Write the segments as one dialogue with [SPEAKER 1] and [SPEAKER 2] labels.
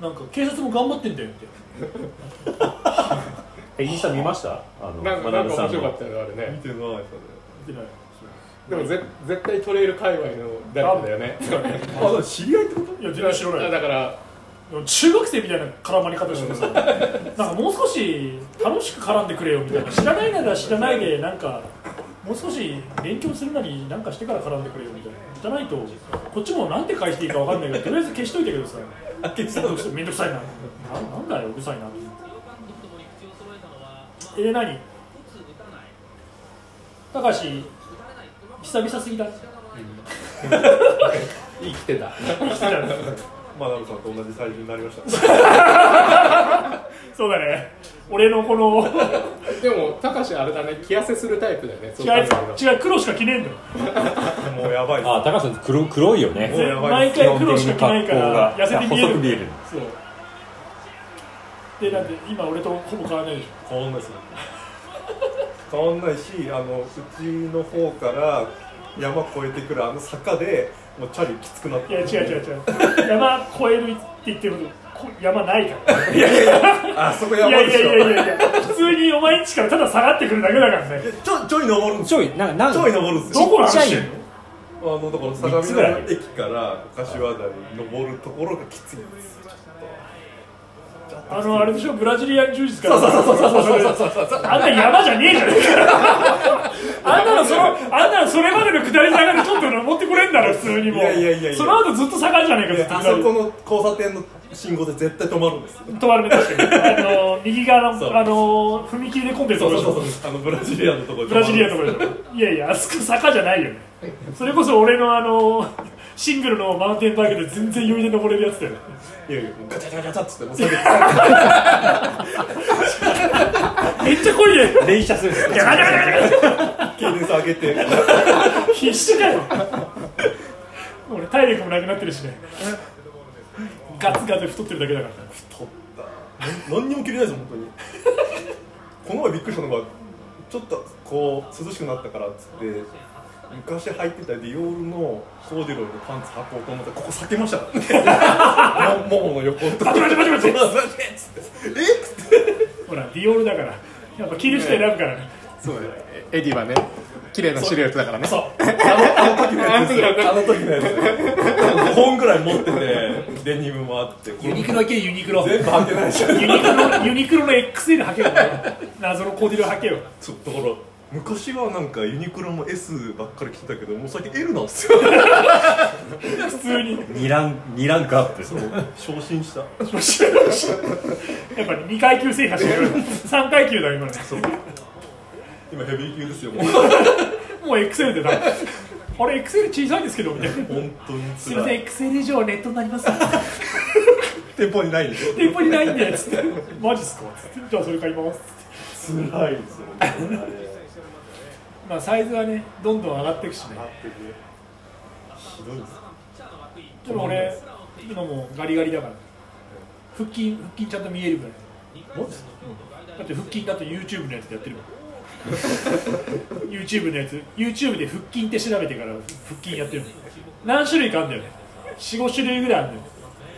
[SPEAKER 1] なんか警察も頑張ってんだよって
[SPEAKER 2] えインスタ見ましたあの
[SPEAKER 3] なん
[SPEAKER 2] マ
[SPEAKER 3] か
[SPEAKER 2] ナ
[SPEAKER 3] なん
[SPEAKER 2] ブ
[SPEAKER 3] か
[SPEAKER 2] さ
[SPEAKER 3] 面
[SPEAKER 2] ん
[SPEAKER 3] 白か
[SPEAKER 2] の
[SPEAKER 3] ったよねあれ
[SPEAKER 4] 見
[SPEAKER 3] ね
[SPEAKER 4] てないそれ
[SPEAKER 1] 言ってない
[SPEAKER 3] でもぜ絶対トレイル界隈の誰かだよね
[SPEAKER 4] あだ知り合いってこと
[SPEAKER 1] いや全然知らない
[SPEAKER 3] あだから
[SPEAKER 1] 中学生みたいな絡まり方してますよなんかもう少し楽しく絡んでくれよみたいな知らないなら知らないでなんかもう少し勉強するなりなんかしてから絡んでくれよみたいなじゃないとこっちもなんて返していいかわかんないからとりあえず消しといてください
[SPEAKER 2] あ消した
[SPEAKER 1] めんどくさめんどくさいなななんだようるさいなえー、何高橋久々すぎだ
[SPEAKER 3] 生きてた
[SPEAKER 4] まあナルさんと同じサイズになりました
[SPEAKER 1] そうだね俺のこの
[SPEAKER 3] でもたかしあれだね着痩せするタイプだよねそう考
[SPEAKER 1] 違
[SPEAKER 3] える
[SPEAKER 1] う違う黒しか着ねえんだよ
[SPEAKER 4] もうやばい
[SPEAKER 2] あ高橋さん黒黒いよね
[SPEAKER 4] もうやばい
[SPEAKER 1] 毎
[SPEAKER 4] っす
[SPEAKER 1] 回黒しか着ないから痩せて見え
[SPEAKER 2] 細く見え
[SPEAKER 1] る
[SPEAKER 2] る
[SPEAKER 1] そうでなんで今俺とほぼ変わらないでし
[SPEAKER 4] 変わんないですね変わんないしあのうちの方から山越えてくるあの坂でもうチャリきつくな
[SPEAKER 1] ょ
[SPEAKER 4] って
[SPEAKER 1] いや違う違う違う山越えるって言ってることこ山ないから
[SPEAKER 4] あそこ
[SPEAKER 1] い
[SPEAKER 4] 山
[SPEAKER 1] や
[SPEAKER 4] で
[SPEAKER 1] い
[SPEAKER 4] しょ
[SPEAKER 1] やいやいやいや普通にお前んちからただ下がってくるだけだからね
[SPEAKER 4] ちょちょい登るんです
[SPEAKER 2] ちょいなんかなん
[SPEAKER 4] ちょい登るんです
[SPEAKER 1] ど
[SPEAKER 4] よ
[SPEAKER 1] この話してんの
[SPEAKER 4] あのだから
[SPEAKER 2] 三つぐら
[SPEAKER 4] 相模
[SPEAKER 2] い
[SPEAKER 4] 原駅から柏台に登るところがきついんですよちょっ
[SPEAKER 1] あのあれでしょブラジリアン柔術からそうそうそうそうそうそうあんな山じゃねえじゃねえかあんなのそのあんなのそれまでの下り坂でちょっと登ってこれんだろ普通にもう
[SPEAKER 4] いやいやいやいや
[SPEAKER 1] その後ずっと坂じゃねえかず
[SPEAKER 4] とで
[SPEAKER 1] っと
[SPEAKER 4] あ
[SPEAKER 1] 下り
[SPEAKER 4] そこの交差点の信号で絶対止まるんですよ
[SPEAKER 1] 止まるね確かにあの右側
[SPEAKER 4] そう
[SPEAKER 1] のあの踏切で混んでると
[SPEAKER 4] そ
[SPEAKER 1] こ
[SPEAKER 4] う
[SPEAKER 1] でし
[SPEAKER 4] そ
[SPEAKER 1] ょ
[SPEAKER 4] うそうあのブラジリアンのところ
[SPEAKER 1] ブラジリア
[SPEAKER 4] の
[SPEAKER 1] のところでしょいやいやあそこ坂じゃないよねそれこそ俺のあのシングルのマウンテンバイクで全然余裕で登れるやつだよ
[SPEAKER 4] いやいやもうガチャガチャガチャっつってもう下げて
[SPEAKER 1] めっちゃ濃いね
[SPEAKER 2] 連射するんです
[SPEAKER 1] ガチャガチャガチャガチ
[SPEAKER 4] 軽電車上げて
[SPEAKER 1] ャ必死かよ俺体力もなくなってるしねガツガツ太ってるだけだから
[SPEAKER 4] 取った何にも切れないですよ本当に この前びっくりしたのがちょっとこう涼しくなったからっつって昔履いてたディオールのコーデュロイのパンツ履こうと思ったらここ避けましたから ねもももの横のとこ
[SPEAKER 1] バチバチバチバチ
[SPEAKER 4] っつってえっつって
[SPEAKER 1] ほらディオールだからやっぱ着る人選ぶからね
[SPEAKER 3] そうだよねエディはね綺麗なシルエットだからね
[SPEAKER 1] そう
[SPEAKER 4] あの時のやつですよあの時のやつ5本ぐらい持っててデニムもあってこれ
[SPEAKER 1] ユニ
[SPEAKER 4] 全
[SPEAKER 1] クロ行けユニクロ
[SPEAKER 4] 部履けないじゃん
[SPEAKER 1] ユニクロユニクロの XL 履けよ謎のコーディル履けよ
[SPEAKER 4] そうだから昔はなんかユニクロも S ばっかり着てたけどもう最近 L なんですよ
[SPEAKER 1] 普通に
[SPEAKER 2] 2ラン二ランクアップ
[SPEAKER 4] 昇進した
[SPEAKER 1] やっぱり2階級制覇してる3階級だ今ね
[SPEAKER 4] 今ヘビー級ですよもう
[SPEAKER 1] もう XL でだあれ XL 小さいんですけどみたいな
[SPEAKER 4] 本当に
[SPEAKER 1] すいま
[SPEAKER 4] 辛
[SPEAKER 1] せ
[SPEAKER 4] い
[SPEAKER 1] ん XL 以上ネットになります
[SPEAKER 4] 店舗にないでしょ
[SPEAKER 1] 店舗にないんでつっ てマジっすかつってじゃあそれ買いますつって
[SPEAKER 4] 辛いですよねあれ
[SPEAKER 1] まあサイズはねどんどん上がっていくしね
[SPEAKER 4] ひどいです
[SPEAKER 1] でも俺今もうガリガリだから腹筋腹筋ちゃんと見えるぐらい
[SPEAKER 4] マジですか
[SPEAKER 1] だって腹筋だと YouTube のやつでやってるもん YouTube のやつ YouTube で腹筋って調べてから腹筋やってるもん何種類かあるんだよね45種類ぐらいあるんだよ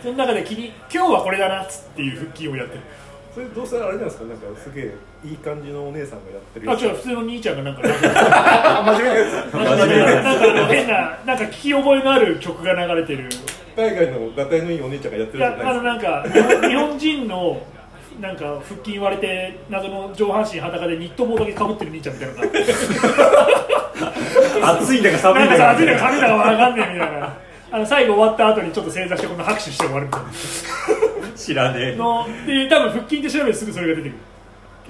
[SPEAKER 1] その中で気に今日はこれだなっつっていう腹筋をやってる
[SPEAKER 4] それどうせあれじゃないですかなんかすげえいい感じのお姉さんがやってる
[SPEAKER 1] あ
[SPEAKER 4] やつ
[SPEAKER 1] 違う普通の兄ちゃんがなんかなん
[SPEAKER 4] あ真面目なやつ
[SPEAKER 1] か変ななんか聞き覚えのある曲が流れてる
[SPEAKER 4] 海外のガタイのいいお姉ちゃんがやって
[SPEAKER 1] い
[SPEAKER 4] るじゃ
[SPEAKER 1] や
[SPEAKER 4] ない
[SPEAKER 1] あ
[SPEAKER 4] で
[SPEAKER 1] の
[SPEAKER 4] すか
[SPEAKER 1] なんか日本日本人のなんか腹筋割れて謎の上半身裸でニット帽だけかぶってる兄ちゃんみたいなのが
[SPEAKER 2] 暑いんだか寒
[SPEAKER 1] な
[SPEAKER 2] い
[SPEAKER 1] んん
[SPEAKER 2] だ
[SPEAKER 1] かさ、
[SPEAKER 2] か
[SPEAKER 1] 熱いのか冷めたかわかんねえみたいな。あの最後終わった後にちょっと正座してこの拍手して終わるみたい
[SPEAKER 2] 知らねえ
[SPEAKER 1] なので多分腹筋って調べてすぐそれが出てく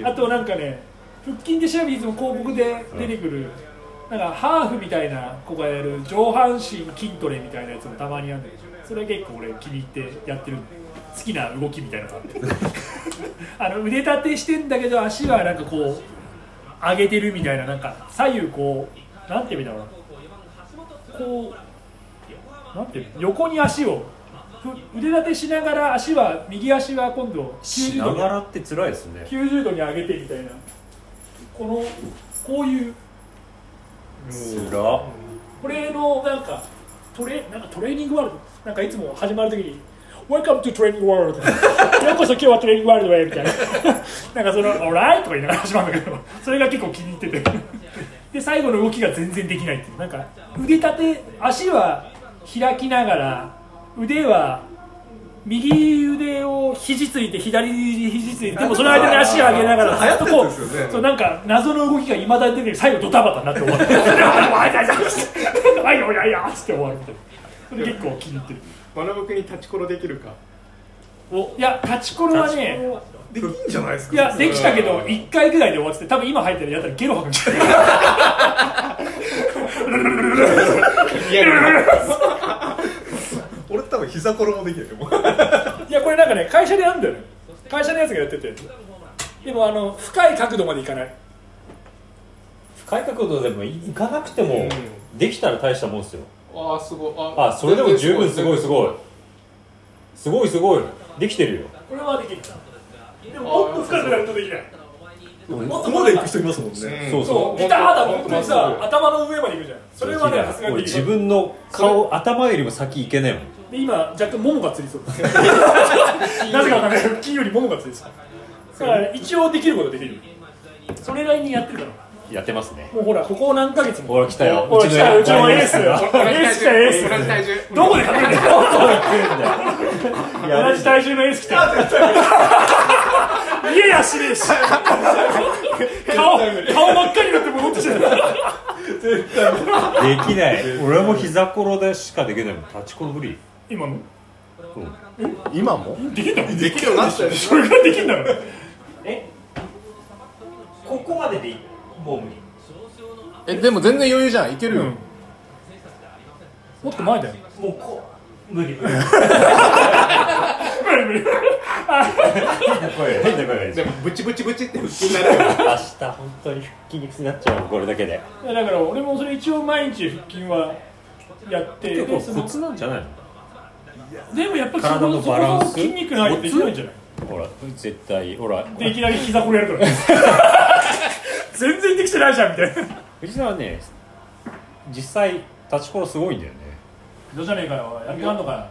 [SPEAKER 1] るあとなんかね腹筋って調べていつも広告で出てくる、なんかハーフみたいな子がやる上半身筋トレみたいなやつもたまにあるんだけどそれは結構俺気に入ってやってるんだよ好きな動きみたいなのがあってあの腕立てしてんだけど足はなんかこう上げてるみたいななんか左右こうなんて言うんだろうなこうなんていうの横に足をふ腕立てしながら足は右足は今度
[SPEAKER 2] し
[SPEAKER 1] 90
[SPEAKER 2] な
[SPEAKER 1] 度に
[SPEAKER 2] がらって辛いですね
[SPEAKER 1] 90度に上げてみたいなこのこういう
[SPEAKER 2] つら
[SPEAKER 1] これのなんかトレなんかトレーニングワールドなんかいつも始まる時に「 Welcome to Training World ようこそ今日はトレーニングワールドへみたいな なんかその「オーライ!」とか言いながら始まるんだけどそれが結構気に入っててで最後の動きが全然できないっていうなんか腕立て足は開きながら腕は右腕を肘ついて左肘ついてでもその間に足を上げながらずっとこう
[SPEAKER 4] 流行ってるんですよね
[SPEAKER 1] そうなんか謎の動きがいまだに出てる最後ドタバタになって終わるわいやいやわいやいやいやっつって終わるみたいなそれ結構気に入ってる
[SPEAKER 3] 学君に立ちころできるか
[SPEAKER 1] おいや立ちころはね
[SPEAKER 4] できんじゃないですか
[SPEAKER 1] いやできたけど1回ぐらいで終わってて多分今入ってるやったらゲロ吐くんじゃない
[SPEAKER 3] いや
[SPEAKER 4] 俺多分膝ころもできるよもう
[SPEAKER 1] いやこれなんかね会社でやるんだよね会社のやつがやっててでもあの深い角度までいかない
[SPEAKER 2] 深い角度でもいいかなくても、できたら大したもんですよ
[SPEAKER 3] ああすごいあ
[SPEAKER 2] あそれでも十分すごいすごいすごいすごいできてるよ
[SPEAKER 1] これはできるでももっと深くなるとできない
[SPEAKER 4] でもここまで行く人いますもん
[SPEAKER 3] う
[SPEAKER 4] ね、
[SPEAKER 3] ん
[SPEAKER 2] そう
[SPEAKER 1] そう
[SPEAKER 2] そ
[SPEAKER 1] ビターだ本当にさ頭の上までいくじゃんそれはねさすが
[SPEAKER 2] もう
[SPEAKER 1] にでき
[SPEAKER 2] 自
[SPEAKER 1] る
[SPEAKER 2] 分の顔頭よりも先いけないもん
[SPEAKER 1] で今若干ももがつりそうです なぜかわかんない腹筋よりももがつりそうだから一応できることはできるそれなりにやってるから
[SPEAKER 2] やってますね
[SPEAKER 1] もうほらここ何ヶ月も
[SPEAKER 2] ほら来たよ
[SPEAKER 1] ほら来たようちのエース
[SPEAKER 2] が
[SPEAKER 1] よエース来たエース
[SPEAKER 3] 同じ体重
[SPEAKER 1] どこで隠れてるの同じ体重のエース来たよ家やしねえし顔顔真っ赤になって戻ってきてる
[SPEAKER 2] できない俺も膝ころでしかできないもん立ちころ無理
[SPEAKER 1] 今の
[SPEAKER 4] 今も
[SPEAKER 1] できんだろ
[SPEAKER 4] できるようになったでし
[SPEAKER 1] それができんだろ
[SPEAKER 2] えここまででもう無理
[SPEAKER 5] えでも全然余裕じゃんいけるよ、
[SPEAKER 1] うんもっと前だよ
[SPEAKER 2] もうこ 無理
[SPEAKER 1] 無理無理
[SPEAKER 2] 変な声変な声が
[SPEAKER 3] でもブチブチブチって腹筋になるよ
[SPEAKER 2] 明日本当に腹筋になっちゃうこれだけで
[SPEAKER 1] いやだから俺もそれ一応毎日腹筋はやって
[SPEAKER 2] 結
[SPEAKER 1] でそ
[SPEAKER 2] 構
[SPEAKER 1] の
[SPEAKER 2] コツなんじゃないの
[SPEAKER 1] でもやっぱりそ
[SPEAKER 2] 体
[SPEAKER 1] こ
[SPEAKER 2] の
[SPEAKER 1] そ
[SPEAKER 2] バラン
[SPEAKER 1] こ
[SPEAKER 2] ス
[SPEAKER 1] 筋肉ないとできないんじゃない
[SPEAKER 2] ほら絶対ほら
[SPEAKER 1] でいきなり膝これやる から 全然できてないじゃんみたいな
[SPEAKER 2] 藤沢はね実際立ちころすごいんだよね
[SPEAKER 1] どうじゃねえかよやる気あんのかよ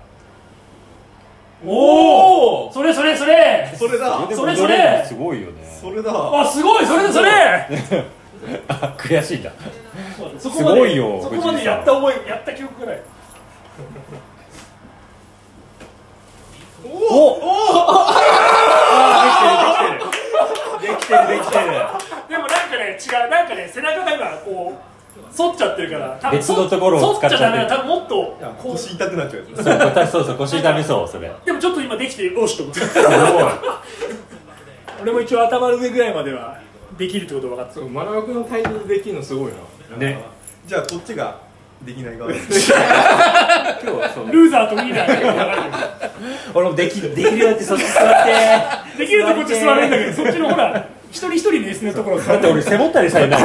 [SPEAKER 1] おおそれそれそれ
[SPEAKER 4] ょそれだ
[SPEAKER 2] でも
[SPEAKER 1] それそれ
[SPEAKER 2] 踊るのすごいよね
[SPEAKER 4] それだ
[SPEAKER 1] あすごいそれそれ
[SPEAKER 2] あ悔しいんだ
[SPEAKER 1] そこます
[SPEAKER 2] ご
[SPEAKER 1] で
[SPEAKER 2] いよ
[SPEAKER 1] そこまでやった覚えやった記憶がない
[SPEAKER 2] おおあーできてるできてるできてるできてる
[SPEAKER 1] でもなんかね違うなんかね背中が今こう反っちゃってるから多分
[SPEAKER 2] 別のところを使っちゃってる
[SPEAKER 1] 反っちゃダメだ多分もっと
[SPEAKER 4] 腰痛くなっちゃうやつ
[SPEAKER 2] そう私そうそう腰痛めそうそれ
[SPEAKER 1] でもちょっと今できてよしと思って
[SPEAKER 2] すごい
[SPEAKER 1] 俺も一応頭の上ぐらいまではできるってこと分かって
[SPEAKER 3] そう学君の体重でできるのすごいな
[SPEAKER 2] ね
[SPEAKER 4] じゃあこっちができない 側です
[SPEAKER 2] 今日そう
[SPEAKER 1] たルーザーとウィーナーがよく分かっ
[SPEAKER 2] 俺もできできるよってそっち座 って
[SPEAKER 1] てるできるとこっち座れるんだけどそっちのほら一人一人の椅子のところ座
[SPEAKER 2] だ
[SPEAKER 1] っ
[SPEAKER 2] って
[SPEAKER 1] て
[SPEAKER 2] 俺背もったりさえない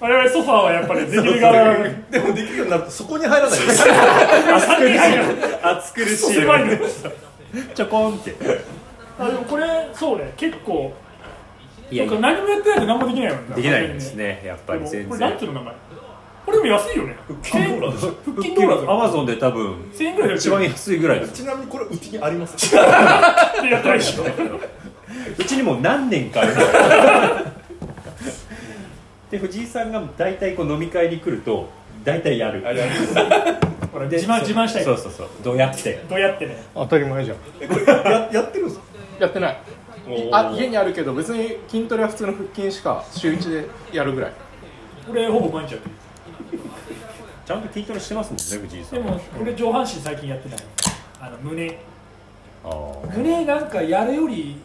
[SPEAKER 1] 我々ソファーはやっぱりできる側が
[SPEAKER 4] でもできるようになるとそこに入らないです
[SPEAKER 1] 3人入る
[SPEAKER 2] 暑苦しい
[SPEAKER 1] 狭いね
[SPEAKER 2] ちょこんって
[SPEAKER 1] あでもこれそうね結構
[SPEAKER 2] い
[SPEAKER 1] なんか何もやってないと何もできないもん
[SPEAKER 2] できないんですねやっぱ
[SPEAKER 1] で
[SPEAKER 2] り
[SPEAKER 1] も
[SPEAKER 2] 全
[SPEAKER 1] これなん
[SPEAKER 2] 然
[SPEAKER 1] ていうの名前これでも安いよね
[SPEAKER 4] 筋ローラーでしょ
[SPEAKER 1] 腹筋ドーラーだ
[SPEAKER 2] ア
[SPEAKER 1] よ
[SPEAKER 2] マゾンで多分
[SPEAKER 1] 1000円ぐらいで
[SPEAKER 2] 一番安いぐらいです
[SPEAKER 4] ちなみにこれうちにあります
[SPEAKER 1] やってないでしょ
[SPEAKER 2] うちにも何年かあるで藤井さんが大体こう飲み会に来ると大体やる
[SPEAKER 4] あります
[SPEAKER 1] ほら
[SPEAKER 2] で
[SPEAKER 1] 自慢
[SPEAKER 2] そう
[SPEAKER 1] 自慢したい
[SPEAKER 2] そうそうそうどうやって
[SPEAKER 1] どうやってね
[SPEAKER 5] 当たり前じゃん
[SPEAKER 4] えこれややってるんですか
[SPEAKER 5] やってないあ
[SPEAKER 2] あ
[SPEAKER 5] 家にあるけど別に筋トレは普通の腹筋しか週1でやるぐらい
[SPEAKER 1] これほぼ毎日やってる
[SPEAKER 2] ちゃんと筋トレしてますもんね藤井さ
[SPEAKER 1] で
[SPEAKER 2] ん
[SPEAKER 1] もこれ上半身最近やってないあの胸
[SPEAKER 2] あー
[SPEAKER 1] 胸なんかやるより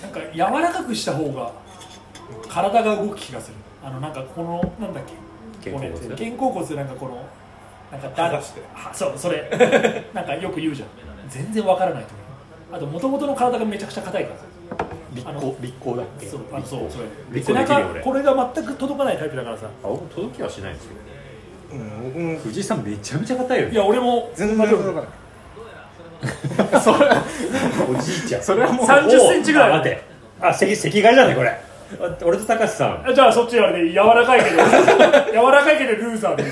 [SPEAKER 1] なんか柔らかくした方が体が動く気がするあのなんかこのなんだっけ
[SPEAKER 2] 肩甲骨
[SPEAKER 1] これ肩甲骨でなんかこのなんかだ
[SPEAKER 4] 剥がして
[SPEAKER 1] はそうそれ なんかよく言うじゃん全然わからないと思うあともともとの体がめちゃくちゃ硬いから
[SPEAKER 4] 立
[SPEAKER 1] あの
[SPEAKER 4] 立行だっ
[SPEAKER 1] そうあのそうそれ
[SPEAKER 2] 立
[SPEAKER 1] 背
[SPEAKER 2] 候できるよ
[SPEAKER 1] 中
[SPEAKER 2] 俺
[SPEAKER 1] これが全く届かないタイプだからさ
[SPEAKER 2] あ僕届きはしないんですけど
[SPEAKER 4] うん僕も
[SPEAKER 2] 藤井さんめちゃめちゃ硬いよ
[SPEAKER 1] い
[SPEAKER 2] ね
[SPEAKER 1] や俺も
[SPEAKER 4] 全然
[SPEAKER 5] だから
[SPEAKER 2] おじいちゃん
[SPEAKER 5] それはもう
[SPEAKER 1] 30センチぐらい
[SPEAKER 2] おーあ待てあ赤赤外じゃないこれあ俺と高橋さん
[SPEAKER 1] あじゃあそっちあれで柔らかいけど柔らかいけどルーザーで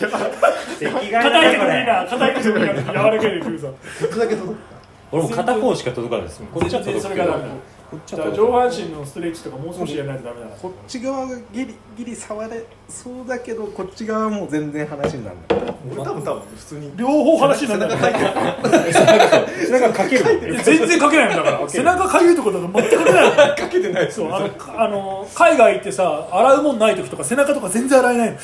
[SPEAKER 2] 席 が
[SPEAKER 1] 硬いけどいい
[SPEAKER 2] ね
[SPEAKER 1] な硬いけどいいなって柔らかいでくるさ
[SPEAKER 4] ちょっとだけ届く
[SPEAKER 2] 俺も片方しか届かないですもんこっちは
[SPEAKER 1] 全然
[SPEAKER 2] 届
[SPEAKER 1] そ
[SPEAKER 2] く
[SPEAKER 1] れ
[SPEAKER 2] け
[SPEAKER 1] が
[SPEAKER 2] ど
[SPEAKER 1] ダメだ
[SPEAKER 2] こっち
[SPEAKER 1] じゃ
[SPEAKER 2] は
[SPEAKER 1] あ
[SPEAKER 2] 届
[SPEAKER 1] 上
[SPEAKER 2] く
[SPEAKER 1] 半身のストレッチとかもう少しやらないとダメだな
[SPEAKER 5] こっち側がギリギリ触れそうだけどこっち側はもう全然話にならない
[SPEAKER 4] 俺多分多分普通に
[SPEAKER 1] 両方話にならない
[SPEAKER 2] なんかかける
[SPEAKER 1] いや全然かけないんだから背中かゆいところとか全くかけないかけてないそうあのかあの海外行ってさ洗うもんない時とか背中とか全然洗えないの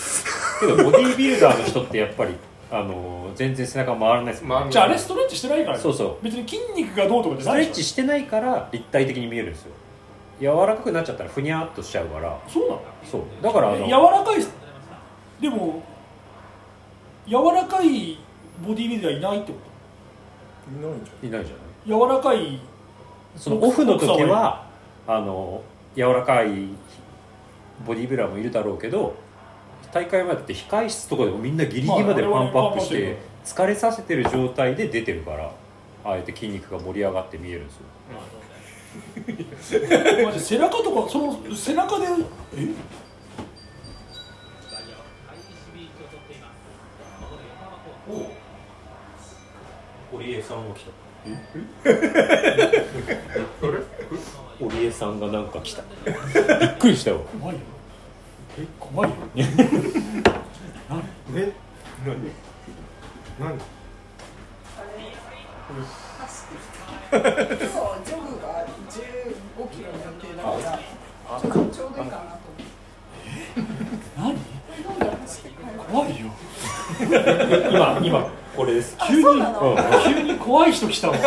[SPEAKER 2] けどボディービルダーの人ってやっぱりあの全然背中回らないですもんね
[SPEAKER 3] 回んない
[SPEAKER 1] じゃああれストレッチしてないからね
[SPEAKER 2] そうそう
[SPEAKER 1] 別に筋肉がどうとか
[SPEAKER 2] ス
[SPEAKER 1] じゃ
[SPEAKER 2] ト
[SPEAKER 1] な
[SPEAKER 2] レ
[SPEAKER 1] い
[SPEAKER 2] ッチしてないから立体的に見えるんですよ柔らかくなっちゃったらふにゃっとしちゃうから
[SPEAKER 1] そうなの
[SPEAKER 2] そうだからあ
[SPEAKER 1] え柔
[SPEAKER 2] の
[SPEAKER 1] らかいでも柔らかいボディビルダーいないってこ
[SPEAKER 4] いないんじ
[SPEAKER 2] いないじゃない
[SPEAKER 1] と柔らかい
[SPEAKER 2] そのオフの時はあの柔らかいボディービルダーもいるだろうけど大会前だって控室とかでもみんなギリギリまで
[SPEAKER 1] まあ
[SPEAKER 2] パンプアップし
[SPEAKER 1] 我々
[SPEAKER 2] て疲れさせてる状態で出てるからああえて筋肉が盛り上がって見えるんですよ
[SPEAKER 1] マジ背中とかその背中でえ
[SPEAKER 2] 堀江さんが来た 堀江さんがなんか来たびっくりしたよ
[SPEAKER 1] 怖いよえ怖いよ
[SPEAKER 4] ゃないえ何何
[SPEAKER 6] 今日ジョグが15キロの予定だからちょうどちょうどいいかなと思って
[SPEAKER 1] 何怖いよ
[SPEAKER 2] 今今これです
[SPEAKER 6] あ
[SPEAKER 1] 急に
[SPEAKER 6] そうなの
[SPEAKER 2] うん
[SPEAKER 1] 急に怖い人来たわ
[SPEAKER 6] あ忘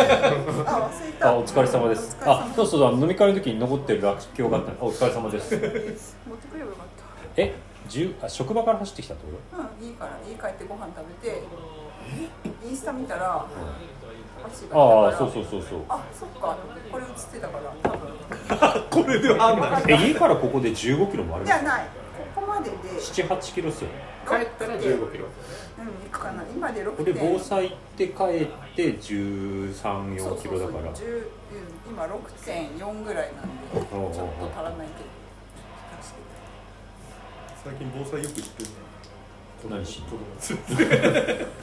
[SPEAKER 6] れた
[SPEAKER 2] あお疲れ様です
[SPEAKER 6] お疲れ様
[SPEAKER 2] あそうそうあの飲み会の時に残ってるらっきょうがあったんであお疲れ様です
[SPEAKER 6] です持ってくればよかっ
[SPEAKER 2] え十あ職場から走ってきたってこと
[SPEAKER 6] たうんいいから家帰ってご飯食べてインスタ見たら足が
[SPEAKER 2] ああ
[SPEAKER 6] いたから
[SPEAKER 2] そうそうそうそう
[SPEAKER 6] あそっかこれ映ってたから多分
[SPEAKER 4] これではあんない
[SPEAKER 2] え家からここで1 5キロもあるん
[SPEAKER 6] じ
[SPEAKER 2] で
[SPEAKER 6] ゃ
[SPEAKER 2] す
[SPEAKER 6] あないここまででう
[SPEAKER 2] 7 8キロっすよ
[SPEAKER 3] 帰ったら15キロ
[SPEAKER 6] ん行くかな今で
[SPEAKER 2] こ
[SPEAKER 6] 6
[SPEAKER 2] れ
[SPEAKER 6] 点
[SPEAKER 2] 防災行って帰って1 3
[SPEAKER 6] そ
[SPEAKER 2] 4
[SPEAKER 6] う
[SPEAKER 2] キ
[SPEAKER 6] そ
[SPEAKER 2] ロ
[SPEAKER 6] う
[SPEAKER 2] だ
[SPEAKER 6] そう
[SPEAKER 2] から
[SPEAKER 6] 10うん今6.4ぐらいなんでちょっと足らないけど
[SPEAKER 4] 最近防災よく行ってる
[SPEAKER 2] 何しに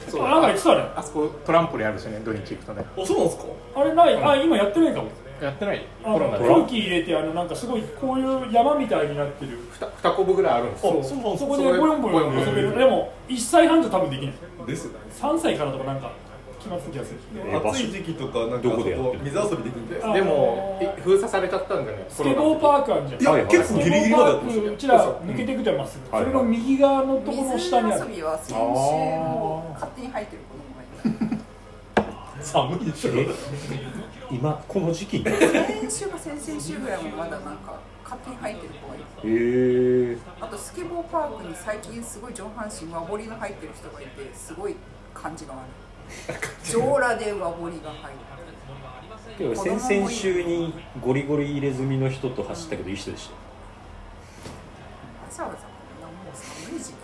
[SPEAKER 5] そう
[SPEAKER 1] あなんか言
[SPEAKER 5] あ
[SPEAKER 1] ってたね
[SPEAKER 5] あそこトランポリンあるしね土日行くとね
[SPEAKER 4] あそうなんですか
[SPEAKER 1] あれないあ今やってないかも
[SPEAKER 3] やってない
[SPEAKER 1] あ
[SPEAKER 3] コ
[SPEAKER 1] の
[SPEAKER 3] ロナで
[SPEAKER 1] 空気入れてあのなんかすごいこういう山みたいになってる
[SPEAKER 3] 2, 2コブぐらいあるんですよ
[SPEAKER 1] そう
[SPEAKER 4] そうなんです
[SPEAKER 1] そこでボヨンボヨン遊べるでも1歳半じゃ多分できない
[SPEAKER 4] ですよね
[SPEAKER 1] 3歳からとかなんか決まってた気がする
[SPEAKER 2] え場所
[SPEAKER 4] 暑い時期とかなんか
[SPEAKER 2] どこでやってる
[SPEAKER 4] あそこ水遊びできるんで
[SPEAKER 1] あ
[SPEAKER 3] でもい封鎖されちゃったんじゃない
[SPEAKER 1] スケボーパークあるじゃん
[SPEAKER 4] いや、
[SPEAKER 2] はいはい
[SPEAKER 4] 結構ギリギリまでやってま
[SPEAKER 1] スケボーパー
[SPEAKER 4] すよ
[SPEAKER 1] クうちら抜けていくじゃんまっすぐ
[SPEAKER 2] はい
[SPEAKER 1] それの右側のところの下にあ
[SPEAKER 6] 水
[SPEAKER 1] る
[SPEAKER 6] 遊びは先週も勝手に入ってる子供がいた
[SPEAKER 4] 寒いでしょ
[SPEAKER 2] え今この時期にへ
[SPEAKER 6] 先週か先々週ぐらいもまだなんか勝手に入ってる子がいる
[SPEAKER 2] え
[SPEAKER 6] あとスケボーパークに最近すごい上半身上彫りの入ってる人がいてすごい感じが悪い上裸で上彫りが入る
[SPEAKER 2] 先々週にゴリゴリ入れ墨の人と走ったけどいい人でしたよ
[SPEAKER 6] わざわざこんなもう寒い時期に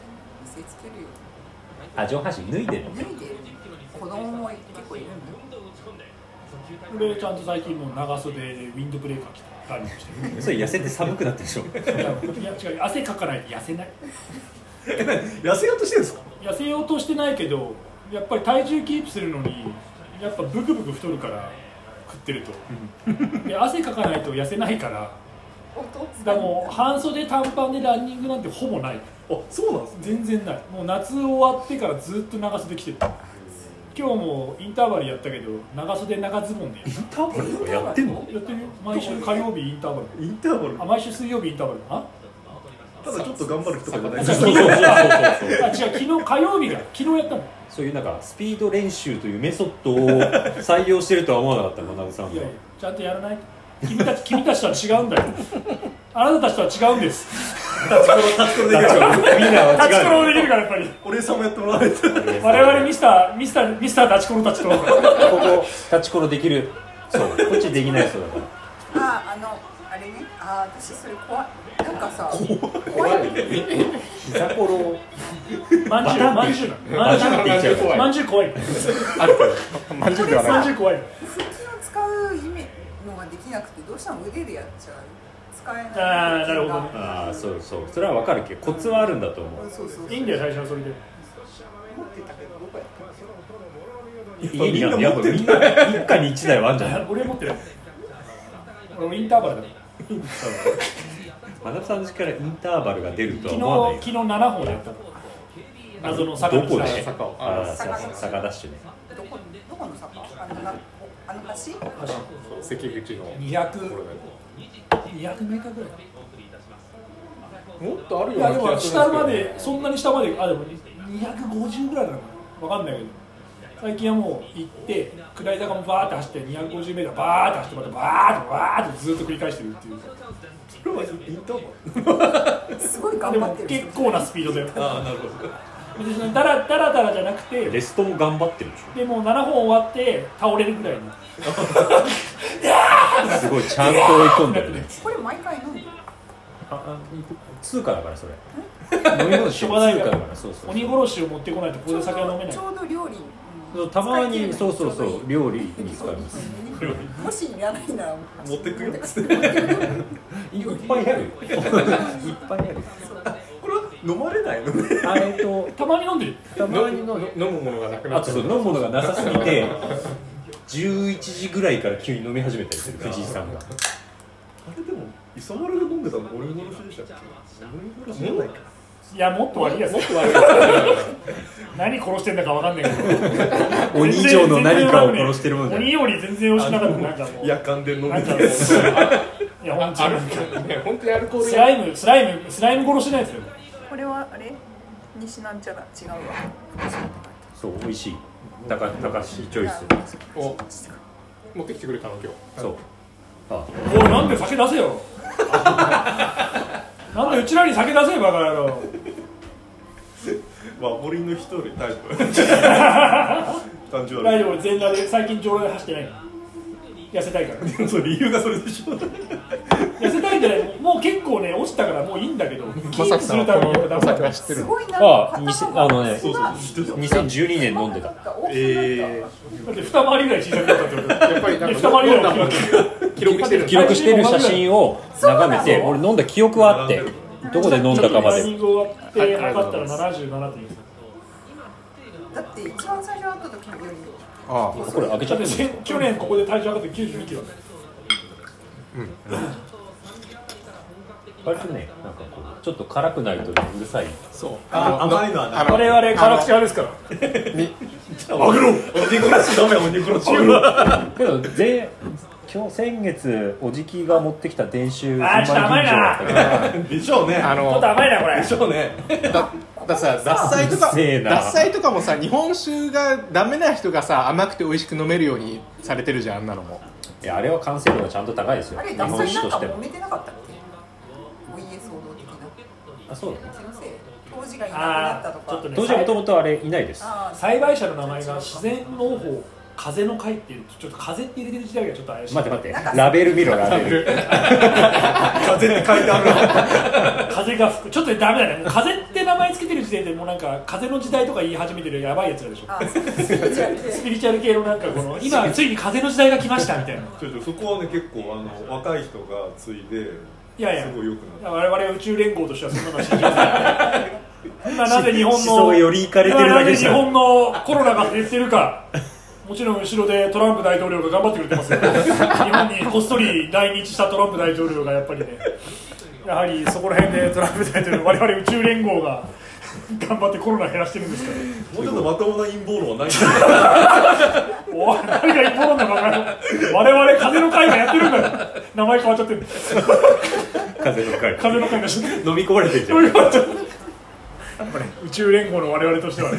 [SPEAKER 6] 見せつけるよ
[SPEAKER 2] あ上半身脱いでる
[SPEAKER 6] 脱いでる子供も結構いるんだよ
[SPEAKER 1] 俺ちゃんと最近もう長袖でウィンドブレーカー着てガーリングしてる
[SPEAKER 2] それ痩せて寒くなったでしょ
[SPEAKER 1] いや違う汗かかないと痩せない
[SPEAKER 4] 痩せようとしてるんですか
[SPEAKER 1] 痩せようとしてないけどやっぱり体重キープするのにやっぱブクブク太るから食ってるとで汗かかないと痩せないから
[SPEAKER 6] お父
[SPEAKER 1] だ
[SPEAKER 6] さ
[SPEAKER 1] か
[SPEAKER 6] ん
[SPEAKER 1] らもう半袖短パンでランニングなんてほぼない
[SPEAKER 4] あ、そうなんですね
[SPEAKER 1] 全然ないもう夏終わってからずっと長袖着てる今日もインターバルやったけど長袖長ズボンでや
[SPEAKER 2] インターバルとかやってんの
[SPEAKER 1] るやってるよ毎週火曜日インターバル
[SPEAKER 4] インターバル
[SPEAKER 1] あ毎週水曜日インターバルかな
[SPEAKER 4] ただちょっと頑張る人がない
[SPEAKER 2] そうそうそうそうそう
[SPEAKER 1] あ違う昨日火曜日が昨日やったの
[SPEAKER 2] そういうなんかスピード練習というメソッドを採用してるとは思わなかった学さん
[SPEAKER 1] いやい
[SPEAKER 2] が
[SPEAKER 1] やちゃんとやらないと君たち君たちとは違うんだよあなたたちとは違うんです
[SPEAKER 4] 立ちころできるから
[SPEAKER 2] みんな
[SPEAKER 1] 立ちころ
[SPEAKER 2] は
[SPEAKER 1] もできるからやっぱり
[SPEAKER 4] お礼様やってもらわれて
[SPEAKER 2] 違う
[SPEAKER 1] 我々ミスターミスターミスター立ちころたちと
[SPEAKER 2] ここ立ちころできるそうこっちできないそうだから
[SPEAKER 6] ああのあれねあ私それ怖いなんかさ怖い
[SPEAKER 2] 膝ころ
[SPEAKER 1] まんじゅうまんじゅうな
[SPEAKER 2] バ
[SPEAKER 1] まんじゅ
[SPEAKER 2] タンっていっちゃう
[SPEAKER 1] うまんじゅう怖い
[SPEAKER 5] あるからまんじゅうでは
[SPEAKER 1] まん
[SPEAKER 5] な
[SPEAKER 1] じ
[SPEAKER 5] い
[SPEAKER 1] ゅう怖い
[SPEAKER 6] 腹筋を使う意味のができなくてどうしても腕でやっちゃう使えない
[SPEAKER 1] あーなるほどね
[SPEAKER 2] ああそうそうそれはわかるけどコツはあるんだと思う
[SPEAKER 6] そうそうそう
[SPEAKER 1] いいんだよ最初はそれで
[SPEAKER 6] で持ってたけどどこやった
[SPEAKER 2] 家になんかやっぱみんな一家に一台はあるんじゃない
[SPEAKER 1] 俺持ってる俺もインターバルだ
[SPEAKER 2] マナブさんの家からインターバルが出るとは
[SPEAKER 1] 昨日
[SPEAKER 2] 思わないよ
[SPEAKER 1] 昨日7本やったの謎の坂
[SPEAKER 2] ど
[SPEAKER 1] 道
[SPEAKER 2] こで
[SPEAKER 1] 坂を
[SPEAKER 2] ああそうそう坂ダッシュね
[SPEAKER 6] どこどこの坂あのなあの橋
[SPEAKER 3] そう関口
[SPEAKER 1] 200200
[SPEAKER 3] の
[SPEAKER 1] メーターぐらい
[SPEAKER 3] もっとある
[SPEAKER 1] い
[SPEAKER 3] よ
[SPEAKER 1] や
[SPEAKER 3] う
[SPEAKER 1] で
[SPEAKER 3] な
[SPEAKER 1] も
[SPEAKER 3] す
[SPEAKER 1] 下
[SPEAKER 3] けど
[SPEAKER 1] までそんなに下まであでも250ぐらいなのかなわかんないけど最近はもう行って下り坂もバーって走って250メーターバーって走ってまたバーってバーってずっと繰り返してるっていう
[SPEAKER 4] それはインターバ
[SPEAKER 6] すごい頑
[SPEAKER 1] で
[SPEAKER 6] 張
[SPEAKER 1] も
[SPEAKER 6] ってる
[SPEAKER 1] 結構なスピードだよ
[SPEAKER 4] ルああなるほど
[SPEAKER 1] 別にダラダラダラじゃなくて
[SPEAKER 2] レストも頑張ってるでし
[SPEAKER 1] でもう7本終わって倒れるぐらいに
[SPEAKER 2] ょすごいちゃんと追い込んでるね
[SPEAKER 6] これ毎回飲んでる
[SPEAKER 2] 通貨だからそれ飲み物しょうがないからそうそう
[SPEAKER 1] 鬼殺しを持ってこないとこれで酒は飲めない
[SPEAKER 6] ちょうど料理
[SPEAKER 2] そうたまにそうそうそう料理に使います
[SPEAKER 6] すもしいらないなら
[SPEAKER 4] 持ってくよ
[SPEAKER 2] いっぱいあるよいっぱいあるよ
[SPEAKER 4] これは飲まれないのね
[SPEAKER 2] あえっと
[SPEAKER 1] たまに飲んでる
[SPEAKER 2] たまに
[SPEAKER 3] の
[SPEAKER 2] の
[SPEAKER 3] 飲むものがなくな
[SPEAKER 2] あ
[SPEAKER 3] っ
[SPEAKER 2] と
[SPEAKER 3] ち
[SPEAKER 2] そう飲むものがなさすぎて11時ぐらいから急に飲み始めたりする藤井さんが
[SPEAKER 4] あれでも磯丸が飲んでたの俺殺しでしたっけ俺殺しじゃないか
[SPEAKER 1] いやもっと悪いやつ何殺してんだかわかんないけど
[SPEAKER 2] 鬼以上の何かを殺してるもんじゃな
[SPEAKER 1] 鬼
[SPEAKER 2] い
[SPEAKER 1] より全然押しなかったなんかもう
[SPEAKER 4] 夜間で飲ん
[SPEAKER 1] な
[SPEAKER 4] で
[SPEAKER 1] んか
[SPEAKER 4] た
[SPEAKER 1] もう
[SPEAKER 4] やつ
[SPEAKER 1] いや本
[SPEAKER 3] あるん
[SPEAKER 1] 当
[SPEAKER 3] だね本当にアルコー
[SPEAKER 1] に
[SPEAKER 3] ル
[SPEAKER 1] スライムスライムスライム殺しないですよ
[SPEAKER 6] これはあれ西なんちゃら違うわ
[SPEAKER 2] そう美味しい高高橋チョイス
[SPEAKER 3] を持ってきてくれたの今日
[SPEAKER 2] そうあ
[SPEAKER 1] おいなんで酒出せよなんでうちらに酒出せよバカ野郎
[SPEAKER 4] まあ俺の人よりタイ プ誕生
[SPEAKER 1] 大
[SPEAKER 4] 日
[SPEAKER 1] 丈夫全裸で最近上裸で走ってないから痩せたいから
[SPEAKER 4] そう理由がそれでしょ
[SPEAKER 1] 痩せたいんじゃないもうもう結構ね落ちたからもういいんだけどキープするためにやっぱダメだ
[SPEAKER 3] 知っ
[SPEAKER 6] すごいな
[SPEAKER 2] あ店あのね
[SPEAKER 4] そうそうそう
[SPEAKER 2] 2012年飲んでた
[SPEAKER 4] ええ
[SPEAKER 1] だって二回りぐらい小さくなったってことだよ
[SPEAKER 3] やっぱりなん
[SPEAKER 1] 二回りぐらい大きくなっ
[SPEAKER 3] か
[SPEAKER 1] てる
[SPEAKER 3] 記録してるん
[SPEAKER 2] 記
[SPEAKER 3] だ
[SPEAKER 2] 録してる写真を眺めて俺飲んだ記憶はあってどこで飲んだかま
[SPEAKER 1] ランニ
[SPEAKER 2] で
[SPEAKER 1] ング終わって測ったら77.4
[SPEAKER 6] だって一番最初会った時のより
[SPEAKER 5] ああ
[SPEAKER 2] これ開けちゃ
[SPEAKER 1] だ
[SPEAKER 2] っ
[SPEAKER 1] ってて
[SPEAKER 2] る
[SPEAKER 1] 先去年ここで体重測って92キロ
[SPEAKER 2] 割とねなんかこうちょっと辛くないとうるさい
[SPEAKER 3] そう
[SPEAKER 4] あ甘いのはね
[SPEAKER 1] 我々辛口派ですから
[SPEAKER 4] マグロ鬼殺しダメ鬼殺し
[SPEAKER 2] けどぜ今日先月おじきが持ってきた電子
[SPEAKER 1] あーちょっと甘いな
[SPEAKER 2] うま吟醸だった
[SPEAKER 4] でしょうね
[SPEAKER 3] あ
[SPEAKER 1] ちょっ
[SPEAKER 3] の
[SPEAKER 1] と甘いなこれ
[SPEAKER 4] でしょうね
[SPEAKER 6] だ
[SPEAKER 3] だってさ獺祭とか
[SPEAKER 2] うるせえな
[SPEAKER 3] 獺祭とかもさ日本酒がダメな人がさ甘くて美味しく飲めるようにされてるじゃんあんなのも
[SPEAKER 2] けどいやあれは完成度がちゃんと高いですよ
[SPEAKER 6] あれ
[SPEAKER 2] 日
[SPEAKER 6] 脱
[SPEAKER 2] 本
[SPEAKER 6] 菜
[SPEAKER 2] 酒
[SPEAKER 6] なん
[SPEAKER 2] と
[SPEAKER 6] か
[SPEAKER 2] して
[SPEAKER 6] 揉
[SPEAKER 2] も
[SPEAKER 6] めてなかったっけお家騒動的な
[SPEAKER 2] あそうだね
[SPEAKER 6] 気のせい当時がいなくなった
[SPEAKER 1] あ
[SPEAKER 6] と
[SPEAKER 1] ーちょっと
[SPEAKER 6] か
[SPEAKER 1] ね
[SPEAKER 2] 当時はもともとあれいないです
[SPEAKER 6] あ
[SPEAKER 1] 栽培者の名前が自然農法風の会っていうちょっと風って入れてる時代がちょっと怪しい
[SPEAKER 2] 待って待ってラベル見ろラベル
[SPEAKER 4] 風って書いてある
[SPEAKER 1] 風が吹くちょっとダメだねもう風って名前つけてる時点でもうなんか風の時代とか言い始めてるやばいやつらでしょ
[SPEAKER 6] あーそうスピリチュアル
[SPEAKER 1] ス
[SPEAKER 6] で
[SPEAKER 1] ピリチュアル系のなんかこの今ついに風の時代が来ましたみたいな
[SPEAKER 4] ちょっとそこはね結構あの若い人が継いで
[SPEAKER 1] いやいや
[SPEAKER 4] すごい良くなった
[SPEAKER 1] 我々は宇宙連合としてはそんなの信じません 今 なぜ日
[SPEAKER 2] 思
[SPEAKER 1] 本の
[SPEAKER 2] 想よりいかれて
[SPEAKER 1] 今
[SPEAKER 2] るだ
[SPEAKER 1] な
[SPEAKER 2] け
[SPEAKER 1] ぜ
[SPEAKER 2] でし
[SPEAKER 1] 日
[SPEAKER 2] ょ
[SPEAKER 1] 本のコロナが減ってるかもちろん後ろでトランプ大統領が頑張ってくれてますよ日本にこっそり来日したトランプ大統領がやっぱりねやはりそこら辺でトランプ大統領我々宇宙連合が 頑張ってコロナ減らしてるんですから
[SPEAKER 4] もうちょっとまともな陰謀論はないんだ
[SPEAKER 1] おい何が一本なのかな我々風の会がやってるんだよ名前変わっちゃってる
[SPEAKER 2] 風の回
[SPEAKER 1] 風の会がちょっと
[SPEAKER 2] 飲み込まれてるじゃ
[SPEAKER 1] どういうん ことやっぱね宇宙連合の我々としてはね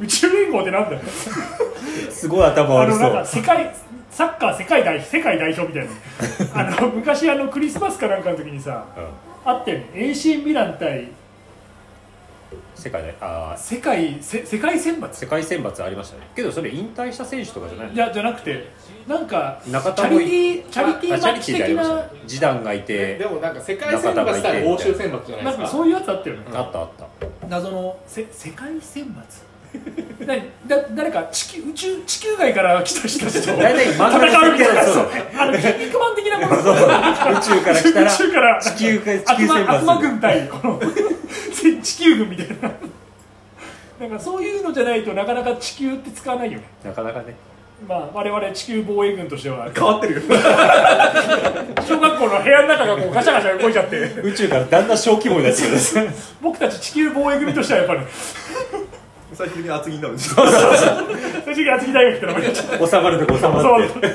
[SPEAKER 1] 宇宙連合ってなんだよ
[SPEAKER 2] すごい頭
[SPEAKER 1] あ
[SPEAKER 2] 悪
[SPEAKER 1] の
[SPEAKER 2] そ
[SPEAKER 1] なんか
[SPEAKER 2] う
[SPEAKER 1] 世界サッカー世界代世界代表みたい なあの昔あのクリスマスかなんかの時にさ
[SPEAKER 2] うん
[SPEAKER 1] あってね AC ミラン対
[SPEAKER 2] 世界であー
[SPEAKER 1] 世界せ世界選抜
[SPEAKER 2] 世界選抜ありましたねけどそれ引退した選手とかじゃない
[SPEAKER 1] いやじゃなくてなんかチ
[SPEAKER 2] 中
[SPEAKER 1] ャ
[SPEAKER 2] 田も
[SPEAKER 1] リティーチャリティー
[SPEAKER 2] あチ
[SPEAKER 1] マ
[SPEAKER 2] ャ
[SPEAKER 1] ッ
[SPEAKER 2] リ
[SPEAKER 1] チ
[SPEAKER 2] ティーであ
[SPEAKER 1] 的
[SPEAKER 2] りました
[SPEAKER 1] な
[SPEAKER 2] ね示談がい
[SPEAKER 3] で
[SPEAKER 2] て
[SPEAKER 3] もなんか世界選抜対欧州選抜じゃ
[SPEAKER 1] ない
[SPEAKER 3] な
[SPEAKER 1] ん
[SPEAKER 3] で
[SPEAKER 1] か
[SPEAKER 3] すか
[SPEAKER 1] そういうやつあったよね
[SPEAKER 2] あったあった
[SPEAKER 1] 謎のせ世界選抜 何だ誰か地球宇宙地球外から来た人た ちと
[SPEAKER 2] 大体漫画の
[SPEAKER 1] 戦うみたいな
[SPEAKER 2] 設定だそう
[SPEAKER 1] あの筋肉マン的な もの
[SPEAKER 2] そう宇宙から来た ら
[SPEAKER 1] 宇宙から
[SPEAKER 2] 地球地球選
[SPEAKER 1] 悪魔悪魔
[SPEAKER 2] 抜
[SPEAKER 1] 軍対この地球軍みたいななんかそういうのじゃないとなかなか地球って使わないよね
[SPEAKER 2] なかなかね
[SPEAKER 1] まあ我々地球防衛軍としては
[SPEAKER 4] 変わってるよ
[SPEAKER 1] 小学校の部屋の中がこうガシャガシャ動いちゃって
[SPEAKER 2] 宇宙からだんだん小規模になってくるんですよ
[SPEAKER 1] 僕たち地球防衛組としてはやっぱり
[SPEAKER 4] 最終的に厚木になるんですよ
[SPEAKER 1] 最終的に厚木大学って名前になっちゃっ
[SPEAKER 2] 収まるとこ収
[SPEAKER 1] た
[SPEAKER 2] まって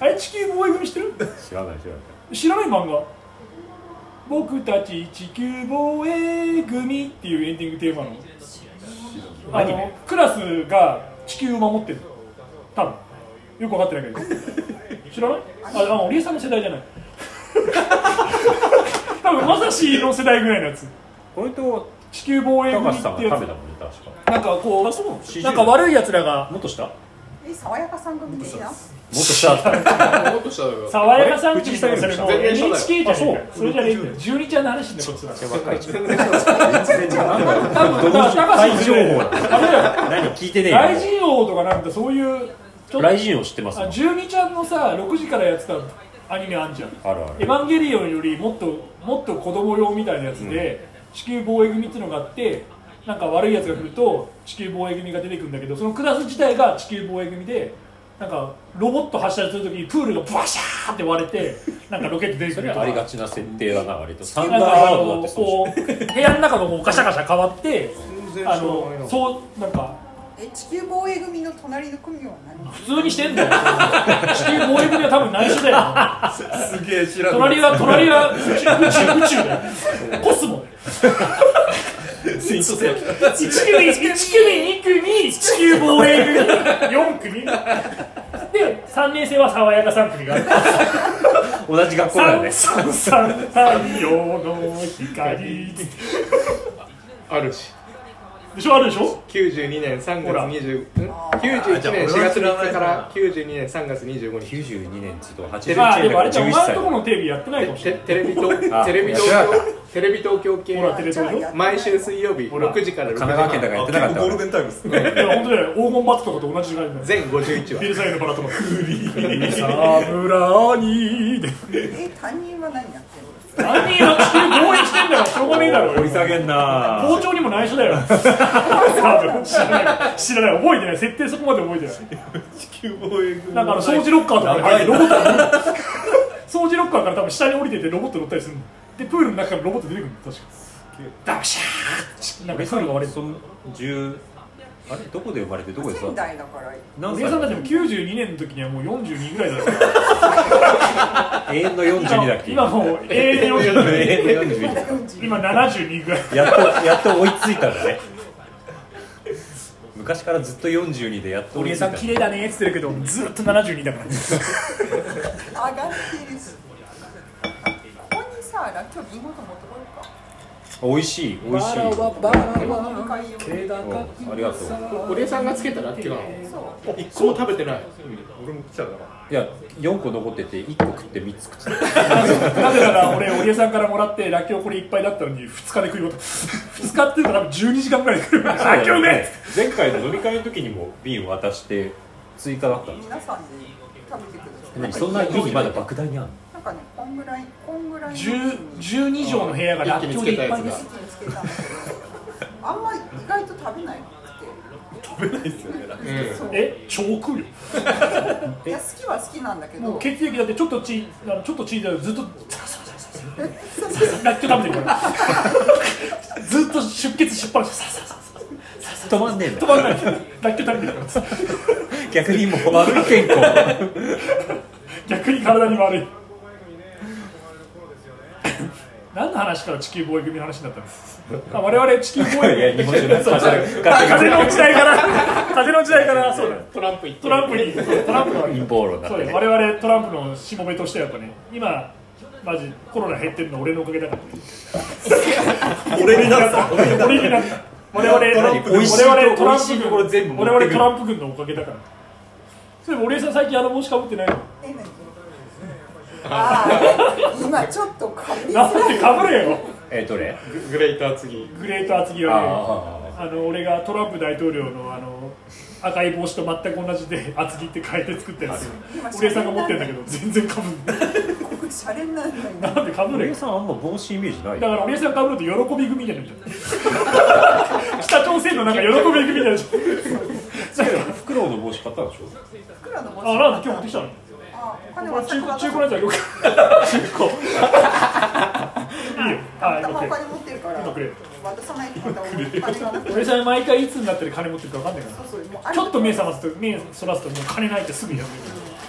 [SPEAKER 1] あれ地球防衛組してる
[SPEAKER 2] 知らない知らない
[SPEAKER 1] 知らない漫画僕たち地球防衛組っていうエンディングテーマのあのクラスが地球を守ってる多分よく分かってないけど知らないああおりさんの世代じゃない 多分まさしの世代ぐらいのやつ
[SPEAKER 2] これと
[SPEAKER 1] 地球防衛
[SPEAKER 2] 高
[SPEAKER 1] 組
[SPEAKER 2] 橋さん
[SPEAKER 1] っ
[SPEAKER 2] が
[SPEAKER 1] て
[SPEAKER 2] 食べ
[SPEAKER 1] や
[SPEAKER 2] た
[SPEAKER 1] つ
[SPEAKER 2] もんね確か
[SPEAKER 1] なんかこう
[SPEAKER 2] 40
[SPEAKER 1] なんか悪いやつらが
[SPEAKER 2] もっと下もっ
[SPEAKER 6] え爽やかさん組的な
[SPEAKER 2] と下だった
[SPEAKER 3] もっとしたよ
[SPEAKER 1] 爽やかさんっていうのはそれもう
[SPEAKER 3] 全然下だよ
[SPEAKER 1] NHK じゃねえか
[SPEAKER 2] あ
[SPEAKER 1] それじゃねえんだよ12ちゃんの話だよこっちは
[SPEAKER 2] 若い人
[SPEAKER 1] 多分だから高
[SPEAKER 2] 大
[SPEAKER 1] 橋
[SPEAKER 2] 情
[SPEAKER 1] の
[SPEAKER 2] 報だ
[SPEAKER 1] あれだよ
[SPEAKER 2] 何聞いてねえ
[SPEAKER 1] ライジン王とかなんかそういうちょっと
[SPEAKER 2] ライジンを知ってます
[SPEAKER 1] あ
[SPEAKER 2] あ
[SPEAKER 1] 12ちゃんのさ6時からやってたアニメあんじゃん「
[SPEAKER 2] るあ
[SPEAKER 1] エ
[SPEAKER 2] る
[SPEAKER 1] ヴァンゲリオン」よりもっともっと子供用みたいなやつで、地球防衛組っていうのがあってなんか悪いやつが来ると地球防衛組が出てくるんだけどそのクラス自体が地球防衛組でなんかロボット発射するときにプールがブワシャーって割れてなんかロケット出てく
[SPEAKER 2] そ
[SPEAKER 1] る
[SPEAKER 2] れ
[SPEAKER 1] とか
[SPEAKER 2] はありがちな設定だな割とサ
[SPEAKER 1] な
[SPEAKER 2] ン
[SPEAKER 1] ん
[SPEAKER 2] ダー
[SPEAKER 1] かあ
[SPEAKER 2] バードだっ
[SPEAKER 1] の
[SPEAKER 2] てそう
[SPEAKER 1] こう部屋の中のこうガシャガシャ変わって
[SPEAKER 5] 全然知ら
[SPEAKER 1] あ
[SPEAKER 5] ない
[SPEAKER 1] の
[SPEAKER 5] の
[SPEAKER 1] そうなんか
[SPEAKER 6] え地球防衛組の隣の組は何
[SPEAKER 1] 普通にしてんだよ地球防衛組は多分内緒だよ
[SPEAKER 4] すげえ知らない
[SPEAKER 1] 隣は隣は宇宙宇宙宇宙だよコスモ
[SPEAKER 4] セイントセイヤ来た
[SPEAKER 1] 1組一組2組地球防衛組4組で3年生は爽やか3組がある
[SPEAKER 2] 同じ学校だよね
[SPEAKER 1] 三三三太陽の光で
[SPEAKER 3] あるし
[SPEAKER 1] しょあるでしょ
[SPEAKER 3] 92年3
[SPEAKER 1] ほ
[SPEAKER 3] 月
[SPEAKER 1] ら
[SPEAKER 3] 20
[SPEAKER 6] あ
[SPEAKER 3] ん
[SPEAKER 6] ー
[SPEAKER 3] 91年
[SPEAKER 4] じゃ
[SPEAKER 3] 4
[SPEAKER 4] あ
[SPEAKER 3] 月
[SPEAKER 4] 俺は知
[SPEAKER 3] 3
[SPEAKER 4] らな
[SPEAKER 3] 日
[SPEAKER 4] いな
[SPEAKER 3] から92年3月25日
[SPEAKER 2] 92年っつうと81年
[SPEAKER 1] まあで
[SPEAKER 2] だ
[SPEAKER 1] も
[SPEAKER 2] か
[SPEAKER 1] あ
[SPEAKER 2] ら
[SPEAKER 1] れじゃんお前
[SPEAKER 2] 11
[SPEAKER 1] の
[SPEAKER 2] 歳
[SPEAKER 1] とこのテレビやってないかもしれ
[SPEAKER 3] テ
[SPEAKER 1] ない
[SPEAKER 3] テレビ東
[SPEAKER 2] あ
[SPEAKER 3] テレビ東
[SPEAKER 2] やってな
[SPEAKER 3] 京テレビ東京系
[SPEAKER 1] ほらテレビ東京
[SPEAKER 3] 毎週水曜日
[SPEAKER 1] ほら
[SPEAKER 3] 6時から6時
[SPEAKER 2] 神奈川県だからやってなか
[SPEAKER 4] 結
[SPEAKER 2] った
[SPEAKER 4] 構ゴ
[SPEAKER 2] わ
[SPEAKER 4] ール
[SPEAKER 2] ね
[SPEAKER 4] デンタイムですね
[SPEAKER 1] いや本当だよ黄金バットとかと同じぐらいだよ
[SPEAKER 3] 全51
[SPEAKER 1] ビ
[SPEAKER 3] 話
[SPEAKER 1] ルサイドのバラとかクリーサブラニーで
[SPEAKER 6] え担任は何やってる
[SPEAKER 1] 何が地球防衛してんだよしょうがねえだろ
[SPEAKER 2] 掘り下げんな
[SPEAKER 1] 校長にも内緒だよ多分知らない知らない覚えてない設定そこまで覚えてない
[SPEAKER 4] 地球防衛軍
[SPEAKER 1] なんかあの掃除ロッカーとかに入ってロボット掃除ロッカーから多分下に降りててロボット乗ったりするのでプールの中からロボット出てくるの確かダブシャーッなんかプールが割れて
[SPEAKER 2] その10あれどこで生まれてどこで育
[SPEAKER 6] 仙
[SPEAKER 2] った
[SPEAKER 6] 台だから
[SPEAKER 1] お
[SPEAKER 2] 何
[SPEAKER 1] 姉さんたちも
[SPEAKER 2] 歳
[SPEAKER 1] 92年の時にはもう42ぐらいだから
[SPEAKER 2] 永遠の42だっけ
[SPEAKER 1] 今もう永遠の42
[SPEAKER 2] 永遠の42
[SPEAKER 1] 今72ぐらい
[SPEAKER 2] やっとやっと追いついたんだね昔からずっと42でやっと
[SPEAKER 1] お
[SPEAKER 2] 追い
[SPEAKER 1] 姉
[SPEAKER 2] つい
[SPEAKER 1] さ
[SPEAKER 2] たん
[SPEAKER 1] ん
[SPEAKER 2] だ
[SPEAKER 1] 綺麗だねっつってるけどずっと72だから
[SPEAKER 6] 上がってるしここにさら今日リンゴと持ってこようか
[SPEAKER 2] 美味しい美味し
[SPEAKER 1] バ
[SPEAKER 2] い
[SPEAKER 1] ラ
[SPEAKER 6] お
[SPEAKER 1] は
[SPEAKER 6] 買いよ
[SPEAKER 1] 毛
[SPEAKER 2] うん
[SPEAKER 1] 高
[SPEAKER 2] ありがとう
[SPEAKER 3] お姉さんがつけたらけなの
[SPEAKER 6] そう
[SPEAKER 3] 一個も食べてない
[SPEAKER 4] 俺も来ちゃうから
[SPEAKER 2] いや4個残ってて1個食って3つ食って
[SPEAKER 1] なぜなら俺、おりえさんからもらって、らっきょうこれいっぱいだったのに、2日で食い終わった。2日っていうか、多分12時間ぐらいで食い終わった。らっきょうね
[SPEAKER 2] 前回の飲み会の時にも瓶渡して追加だったんです
[SPEAKER 6] 皆さんで食べてください
[SPEAKER 2] 何そんなにまだ莫大にあるの
[SPEAKER 6] なんかねこんぐらいこんぐらいの時
[SPEAKER 1] 10
[SPEAKER 6] に
[SPEAKER 1] 12畳の部屋がらっきょうでいっぱいで
[SPEAKER 6] 一
[SPEAKER 1] す。
[SPEAKER 6] 気につけたんだけどあんま意外と食べないく
[SPEAKER 4] 食べないですよねラッキー
[SPEAKER 6] てそう
[SPEAKER 1] え超食うよ
[SPEAKER 6] いや好きは好きなんだけ
[SPEAKER 1] もう
[SPEAKER 6] ど
[SPEAKER 1] 血液だってちょっとチーあのちょっとチーズだとずっ とらっきょう食べてるからずっと出血しっぱなしささささ
[SPEAKER 2] 止まんねえん
[SPEAKER 1] 止
[SPEAKER 2] だ
[SPEAKER 1] まんないらっきょう食べてるから
[SPEAKER 2] 逆にもう悪い健康
[SPEAKER 1] 逆に体に悪い何の話から地球防衛組の話になったんですか我々地球防
[SPEAKER 2] いや
[SPEAKER 1] 衛
[SPEAKER 2] 日
[SPEAKER 1] 組
[SPEAKER 2] 本酒の風
[SPEAKER 1] 風の時代から風の時代からそうだよ
[SPEAKER 3] トランプ行って
[SPEAKER 1] トランプにトランプが
[SPEAKER 2] 陰謀論になっ
[SPEAKER 1] そ
[SPEAKER 2] て
[SPEAKER 1] うだよ
[SPEAKER 2] ね
[SPEAKER 1] 我々トランプのしもべとしてはやっぱね今マジコロナ減ってるの俺のおかげだから
[SPEAKER 4] 俺になった俺になっ
[SPEAKER 1] 俺になった我々
[SPEAKER 4] トランプ
[SPEAKER 1] 我々トラン
[SPEAKER 2] 美味しい
[SPEAKER 1] プ
[SPEAKER 2] ところ全
[SPEAKER 1] 軍
[SPEAKER 2] 部
[SPEAKER 1] 我
[SPEAKER 2] 持っ
[SPEAKER 1] 々
[SPEAKER 2] てくる
[SPEAKER 1] トランプ軍のおかげだからそういえばお礼さん最近あの帽子かぶってないの
[SPEAKER 6] え何あー今ちょっとかぶりづら
[SPEAKER 1] なん
[SPEAKER 6] い
[SPEAKER 1] でかぶれよ
[SPEAKER 2] えーどれ
[SPEAKER 3] グレーター次
[SPEAKER 1] グレート厚木はね
[SPEAKER 2] あ
[SPEAKER 1] あの俺がトランプ大統領のあの赤い帽子と全く同じで厚着って変えて作ったやつ
[SPEAKER 6] 今
[SPEAKER 1] お礼さんが持ってるんだけど全然かぶんない
[SPEAKER 6] ここシャレにならないんだ
[SPEAKER 1] なんでかぶ
[SPEAKER 2] 俺
[SPEAKER 1] れ
[SPEAKER 2] さんあんま帽子イメージない
[SPEAKER 1] だからお姉さんかぶると喜び組みたいになっちゃ った北朝鮮のなんか喜び組みたいになっちゃった
[SPEAKER 2] フクロウの帽子買ったでしょ
[SPEAKER 6] 袋の帽
[SPEAKER 1] あ
[SPEAKER 6] 子
[SPEAKER 1] ラーメン今日持ってきたの
[SPEAKER 6] あお金
[SPEAKER 1] 中
[SPEAKER 6] 全く渡
[SPEAKER 1] 古中古
[SPEAKER 6] さな
[SPEAKER 1] の
[SPEAKER 6] い
[SPEAKER 1] やつあげようかいいよはい
[SPEAKER 6] 頭お
[SPEAKER 1] OK
[SPEAKER 6] 金持ってるから
[SPEAKER 1] 今くれ
[SPEAKER 6] 渡さないってことはお金がなくて
[SPEAKER 1] 俺さん毎回いつになったら金持ってるか分かんないから
[SPEAKER 6] そうそうもうある
[SPEAKER 1] ちょっと目覚ますと目そらすともう金ないってすぐやめ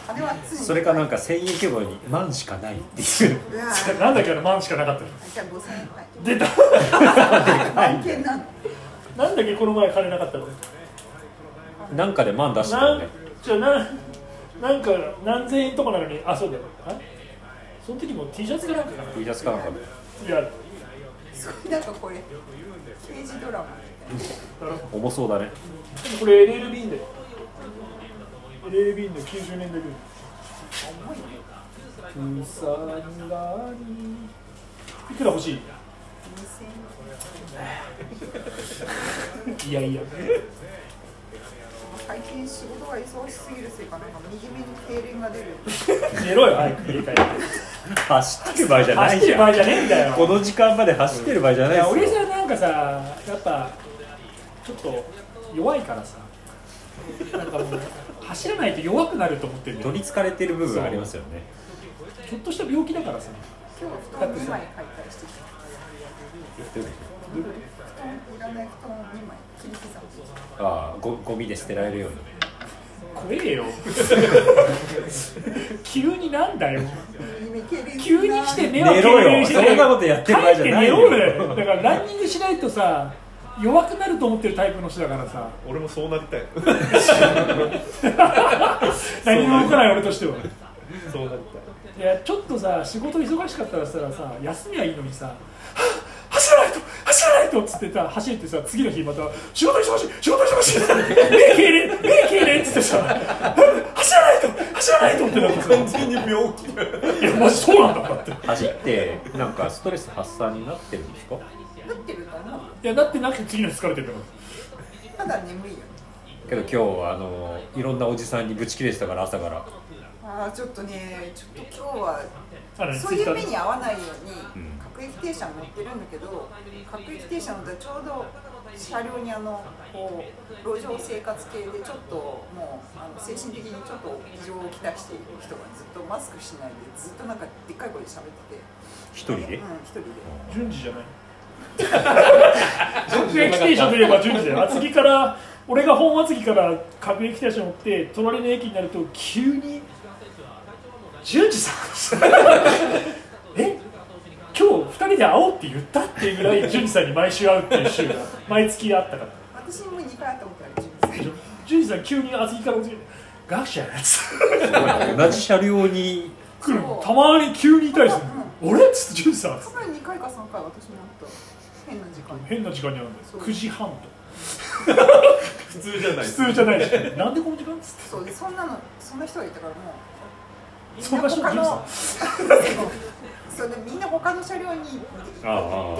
[SPEAKER 6] 金は常に
[SPEAKER 2] それかなんか1000円規模に万しかないっていう
[SPEAKER 6] うわ
[SPEAKER 1] るなんだっけあの万しかなかったの
[SPEAKER 6] じゃあ5000円は
[SPEAKER 1] 出た
[SPEAKER 6] い万件なの
[SPEAKER 1] なんだっけこの前金なかったの
[SPEAKER 2] なんかで万出してた
[SPEAKER 1] な
[SPEAKER 2] よ
[SPEAKER 1] ん
[SPEAKER 2] ね
[SPEAKER 1] じゃあななんか何千円とかなのにあそうだよあその時も T シャツかなんかかな
[SPEAKER 2] T シャツかなんかで
[SPEAKER 1] いや
[SPEAKER 6] すごいなんかこれ刑事ドラマ
[SPEAKER 2] 重そうだね
[SPEAKER 1] これ LL ビーンだよ LL ビーンの90年代ぐらい草になりいくら欲しい
[SPEAKER 6] 2000円
[SPEAKER 1] いやいや
[SPEAKER 6] 最近仕事が忙しすぎるせいかなんか右目に痙攣が出る
[SPEAKER 1] 寝ろよ早く入れ替えて
[SPEAKER 2] 走ってる場合じゃない
[SPEAKER 1] 走って
[SPEAKER 2] じ
[SPEAKER 1] る場
[SPEAKER 2] ゃん
[SPEAKER 1] 合じゃねえんだよ
[SPEAKER 2] この時間まで走ってる場合じゃないいで
[SPEAKER 1] や
[SPEAKER 2] す
[SPEAKER 1] 俺
[SPEAKER 2] よ
[SPEAKER 1] さなんかさやっぱちょっと弱いからさなんかもう走らないと弱くなると思ってるんだよ
[SPEAKER 2] 取りつかれてる部分ありますよね
[SPEAKER 1] ちょっとした病気だからさ
[SPEAKER 6] 今日布団2枚解体してきた布団いらない布団を2枚切り刻んで
[SPEAKER 2] ああごゴミで捨てられるように
[SPEAKER 1] 怖え よ急になんだよ
[SPEAKER 6] 右目痙攣す
[SPEAKER 1] 急
[SPEAKER 6] る
[SPEAKER 1] に
[SPEAKER 6] な
[SPEAKER 1] 来 て目は
[SPEAKER 2] 寝ろよ
[SPEAKER 1] 痙攣して
[SPEAKER 2] そんなことやってる場合じゃない
[SPEAKER 1] 帰って寝ろ
[SPEAKER 2] よ
[SPEAKER 1] よだからランニングしないとさ弱くなると思ってるタイプの人だからさ
[SPEAKER 4] 俺もそうなりたい
[SPEAKER 1] 何も動かない俺としては
[SPEAKER 4] そうなり
[SPEAKER 1] いやちょっとさ仕事忙しかったらしたらさ休みはいいのにさは「走らないと走らないと」っつってさ走ってさ次の日また「仕事忙しい仕事忙しい」っつって「目けいれん目けいれん」っつってさ「走らないと走らないと」ってなって
[SPEAKER 4] たい完全に病気だ
[SPEAKER 1] いやマジそうなんだなって
[SPEAKER 2] 走ってなんかストレス発散になってるんですか
[SPEAKER 6] 打ってると思う
[SPEAKER 1] いやだってなくて次の日疲れてるんだか
[SPEAKER 6] ただ眠いよ
[SPEAKER 2] けど今日はあのいろんなおじさんにぶち切れてたから朝から
[SPEAKER 6] あーちょっとねちょっと今日は
[SPEAKER 1] らあの
[SPEAKER 6] そういう目
[SPEAKER 1] Twitter
[SPEAKER 6] に
[SPEAKER 1] で
[SPEAKER 6] 合わないように各駅停車に乗ってるんだけど各駅停車のちょうど車両にあのこう路上生活系でちょっともうあの精神的にちょっと異常をきたしている人がずっとマスクしないでずっとなんかでっかい声で喋ってて
[SPEAKER 2] 一
[SPEAKER 6] 一
[SPEAKER 2] 人で
[SPEAKER 6] うん、一人で
[SPEAKER 1] 順次じゃない各駅停車といえば順次だよ厚木から俺が本厚木から各駅停車乗って隣の駅になると急に「順次さん」え今日2人で会おうって言ったっていうぐらい順次さんに毎週会うっていう週が毎月あったから
[SPEAKER 6] 私も2回会ったことある自 分
[SPEAKER 1] 順次さん急に厚木からおじい学者やつ
[SPEAKER 2] 同じ車両に
[SPEAKER 1] 来るのたまに急にいたりするの「あれ?」っつって順次さん
[SPEAKER 6] 多分2回か3回私も会った変な時間に
[SPEAKER 1] 変な時間にあるんだよ9時半と
[SPEAKER 4] 普通じゃない
[SPEAKER 1] 普通じゃないしなんでこの時間っつって
[SPEAKER 6] そうでそんなのそんな人がいたからもう
[SPEAKER 1] そんな人順次
[SPEAKER 6] 他
[SPEAKER 1] さん
[SPEAKER 6] のそうでみんな他の車両に行って
[SPEAKER 2] ああ
[SPEAKER 6] 行っ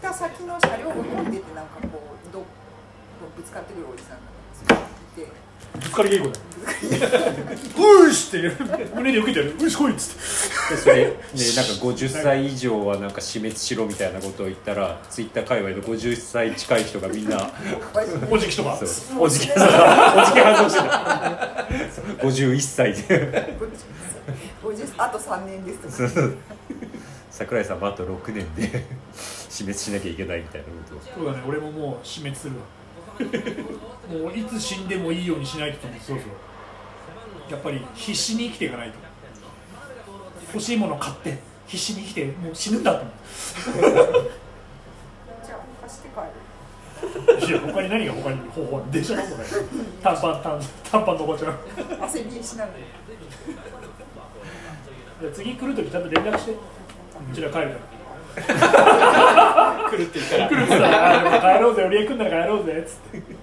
[SPEAKER 6] た先の車両が混んでてなんかこうどこうぶつかってくるおじさんがいて
[SPEAKER 1] ぶつかり稽古だういしって胸で受けてるういし来いっつっ
[SPEAKER 2] でそれでなんか50歳以上はなんか死滅しろみたいなことを言ったらツイッター界隈の50歳近い人がみんな
[SPEAKER 1] ておじきとか
[SPEAKER 2] そうおじきおじき反応してた51歳で
[SPEAKER 6] 50あと3年ですとか
[SPEAKER 2] 桜井さんもあと6年で死滅しなきゃいけないみたいなことを
[SPEAKER 1] そうだね俺ももう死滅するわもういつ死んでもいいようにしないとと思ってそうそうやっぱり必死に生きていかないと欲しいもの買って必死に生きてもう死ぬんだと思
[SPEAKER 6] じゃあ貸して帰る
[SPEAKER 1] っていや他に何が他に方法ある電車なんもない短パン短短パンのおばちゃんい
[SPEAKER 6] 汗びえしながら
[SPEAKER 1] や次来るときちゃんと連絡してうちら帰るから
[SPEAKER 4] 来るって言ったら
[SPEAKER 1] 来るっつったらあでも帰ろうぜ俺が来んなら帰ろうぜっつって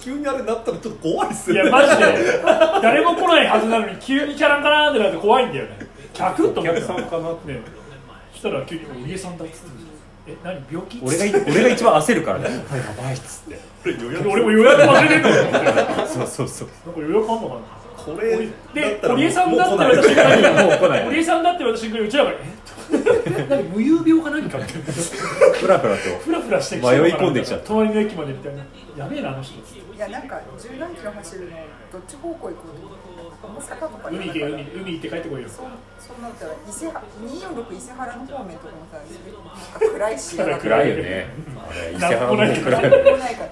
[SPEAKER 4] 急にあれなったらちょっと怖いっす
[SPEAKER 1] いや
[SPEAKER 4] よね
[SPEAKER 1] マジで誰も来ないはずなのに急にキャランカラーンってなって怖いんだよね客と思った
[SPEAKER 2] かな
[SPEAKER 1] ねそしたら急に「お家さんだ」っつってえ何病気
[SPEAKER 2] 俺が俺が一番焦るからねあやばいっつって
[SPEAKER 1] 俺も予約忘れてるのなんか
[SPEAKER 2] そうそうそう
[SPEAKER 1] 予約あんのかな
[SPEAKER 4] これ
[SPEAKER 1] で
[SPEAKER 4] ら
[SPEAKER 1] 堀江さんだった
[SPEAKER 4] もう
[SPEAKER 1] ら
[SPEAKER 4] 来
[SPEAKER 1] 私
[SPEAKER 4] ない
[SPEAKER 1] が
[SPEAKER 2] もう来ない
[SPEAKER 1] 堀江さんだって私がうちらがえ何無遊病か何かって
[SPEAKER 2] ふらふらと
[SPEAKER 1] フラフラしてき
[SPEAKER 2] 迷い込んできちゃった
[SPEAKER 1] 隣の駅までみたいなやべえなあの人
[SPEAKER 6] いやなんか十何キロ走るのどっち方向行こうと思って大阪とか
[SPEAKER 1] 海行け海海行って帰ってこいよ
[SPEAKER 6] そうそうなったら伊勢原246伊勢原の方面とかもさなんか暗いし
[SPEAKER 2] 暗いよねあれ伊勢
[SPEAKER 1] なん
[SPEAKER 2] 原
[SPEAKER 1] も
[SPEAKER 2] も
[SPEAKER 1] な
[SPEAKER 2] 暗
[SPEAKER 1] い
[SPEAKER 2] い
[SPEAKER 6] 何
[SPEAKER 2] よね
[SPEAKER 6] もないから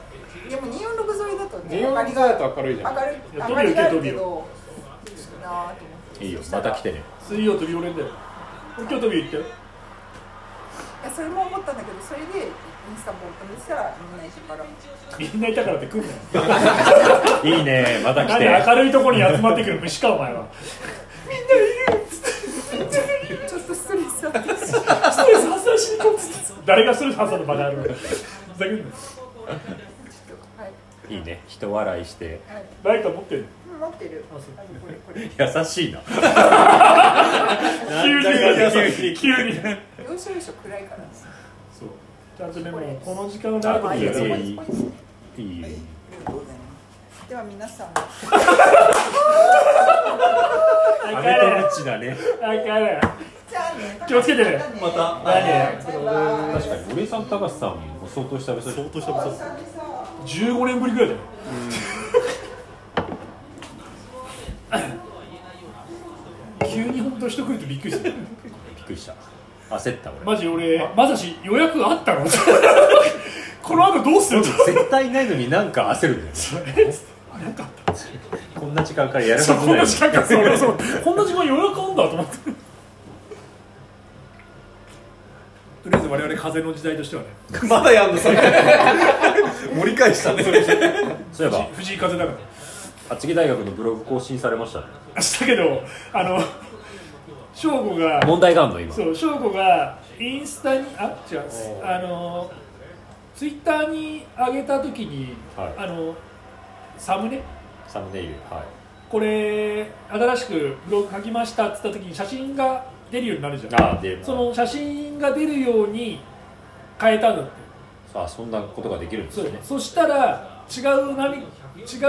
[SPEAKER 6] でも246沿いだとね明かり
[SPEAKER 3] 24
[SPEAKER 6] が
[SPEAKER 3] だと明るいじ
[SPEAKER 6] 明
[SPEAKER 3] ゃん
[SPEAKER 6] るい
[SPEAKER 1] いや
[SPEAKER 6] 明かりがある
[SPEAKER 1] 飛びよ
[SPEAKER 6] けどいいなぁと思って
[SPEAKER 2] いいよまた来てね
[SPEAKER 1] 水曜飛び俺んだよ俺今日飛び行ったよ
[SPEAKER 6] いやそれも思ったんだけどそれでインスタボーっと見てたらみんないるから
[SPEAKER 1] みんないたからって来んなよ
[SPEAKER 2] いいねまた来
[SPEAKER 1] なん
[SPEAKER 2] て
[SPEAKER 1] で明るいところに集まってくる虫かお前は
[SPEAKER 6] ちょっとストレスあってきて
[SPEAKER 1] ストレス発散しに行こうっつって誰がストレス発散の場であるのふざけんなよ
[SPEAKER 6] はい
[SPEAKER 2] いいね人笑いして
[SPEAKER 6] はい
[SPEAKER 1] 誰か持ってる
[SPEAKER 6] 持ってる
[SPEAKER 1] あそう
[SPEAKER 6] あのこれこれ
[SPEAKER 2] 優しいな
[SPEAKER 1] 急に
[SPEAKER 2] なんだか
[SPEAKER 1] 急に急に
[SPEAKER 6] よいしょよいしょ暗いからです
[SPEAKER 1] そうちゃんとメモをこの時間を長く
[SPEAKER 6] あ
[SPEAKER 1] 見
[SPEAKER 6] い
[SPEAKER 1] て
[SPEAKER 6] い
[SPEAKER 1] る
[SPEAKER 6] よ
[SPEAKER 2] や
[SPEAKER 6] そ
[SPEAKER 2] いや
[SPEAKER 6] こにそこにあ
[SPEAKER 2] いいよ
[SPEAKER 6] りがとうございますでは皆さん
[SPEAKER 1] だ
[SPEAKER 2] ア
[SPEAKER 1] か
[SPEAKER 2] メとム
[SPEAKER 1] ら
[SPEAKER 2] チだね
[SPEAKER 1] だから
[SPEAKER 6] じゃあね
[SPEAKER 1] 気をつけてね
[SPEAKER 4] また
[SPEAKER 6] バイバイ
[SPEAKER 1] あり
[SPEAKER 6] バイバイ
[SPEAKER 2] 確かに森さん高橋さんも相当久々
[SPEAKER 4] 相当したことです
[SPEAKER 1] 15年ぶりぐらいだよ急に本当人来るとびっくりする
[SPEAKER 2] びっくりした焦った俺
[SPEAKER 1] マジ 俺まさし予約あ ったのこの後どうするの
[SPEAKER 2] 絶対ないのになんか焦るんだよこんな時間からやるはず
[SPEAKER 1] そうこん
[SPEAKER 2] ない
[SPEAKER 1] な時間かそうそうこんな時間予約あんだと思ってとりあえず我々風の時代としてはね
[SPEAKER 4] まだやんのさ盛り返したね
[SPEAKER 2] そういえば
[SPEAKER 1] 藤井風だから
[SPEAKER 2] 厚木大学のブログ更新されましたね
[SPEAKER 1] 明日けどあの翔吾が
[SPEAKER 2] 問題があるの今
[SPEAKER 1] そう翔吾がインスタにあ違うあのツイッターに上げた時に、
[SPEAKER 2] はい
[SPEAKER 1] あのサムネ
[SPEAKER 2] サムネイルはい
[SPEAKER 1] これ新しくブログ書きましたっつった時に写真が出るようになるじゃん
[SPEAKER 2] ああで
[SPEAKER 1] その写真が出るように変えたんだって
[SPEAKER 2] あそんなことができるんです
[SPEAKER 1] そう
[SPEAKER 2] ね
[SPEAKER 1] ねそしたら違う何違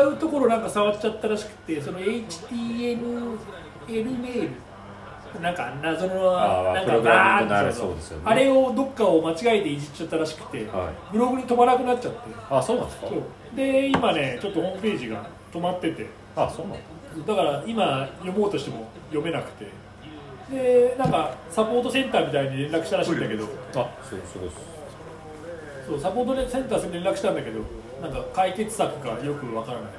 [SPEAKER 1] うところなんか触っちゃったらしくてその HTML メールなんか謎の
[SPEAKER 2] あー
[SPEAKER 1] なん
[SPEAKER 2] プ
[SPEAKER 1] か
[SPEAKER 2] ログラミングの
[SPEAKER 1] バ
[SPEAKER 2] あ
[SPEAKER 1] ー
[SPEAKER 2] れ
[SPEAKER 1] って
[SPEAKER 2] そうですよね
[SPEAKER 1] あれをどっかを間違えていじっちゃったらしくて、
[SPEAKER 2] はい
[SPEAKER 1] ブログに飛ばなくなっちゃって
[SPEAKER 2] あそうなんですか
[SPEAKER 1] そうで今ねちょっとホームページが止まってて
[SPEAKER 2] あそうなんだ
[SPEAKER 1] だから今読もうとしても読めなくてでなんかサポートセンターみたいに連絡したらしいんだけど
[SPEAKER 2] あそうすごいです
[SPEAKER 1] そうサポートセンターに連絡したんだけどなんか解決策がよくわからない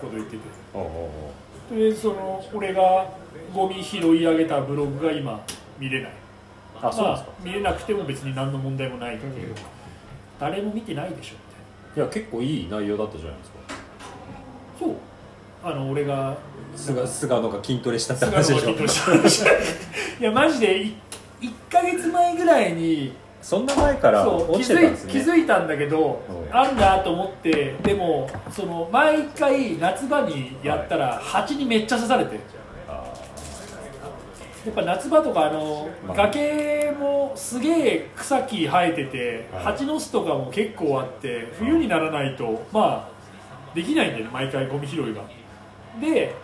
[SPEAKER 1] こと言ってて
[SPEAKER 2] あああ
[SPEAKER 1] でその俺がゴミ拾い上げたブログが今見れない
[SPEAKER 2] ああそうなんですか
[SPEAKER 1] まあ見れなくても別に何の問題もないっていう誰も見てないでしょみたいない
[SPEAKER 2] や結構いい内容だったじゃないですか
[SPEAKER 1] そうあの俺が
[SPEAKER 2] 菅菅野が筋トレしたって
[SPEAKER 1] 菅野が
[SPEAKER 2] 話でし
[SPEAKER 1] 聞
[SPEAKER 2] ょ
[SPEAKER 1] いてましたいやマジでい1ヶ月前ぐらいに
[SPEAKER 2] そんな前から
[SPEAKER 1] そう
[SPEAKER 2] 落
[SPEAKER 1] 気
[SPEAKER 2] ちてたん
[SPEAKER 1] づ
[SPEAKER 2] です
[SPEAKER 1] い
[SPEAKER 2] ね
[SPEAKER 1] 気づいたんだけど
[SPEAKER 2] うん
[SPEAKER 1] あんだと思ってでもその毎回夏場にやったら蜂にめっちゃ刺されて
[SPEAKER 2] あ
[SPEAKER 1] やっぱ夏場とかあの
[SPEAKER 2] まあ
[SPEAKER 1] 崖もすげえ草木生えてて
[SPEAKER 2] はい
[SPEAKER 1] 蜂の巣とかも結構あって冬にならないとまあできないんだよね毎回ゴミ拾いが。で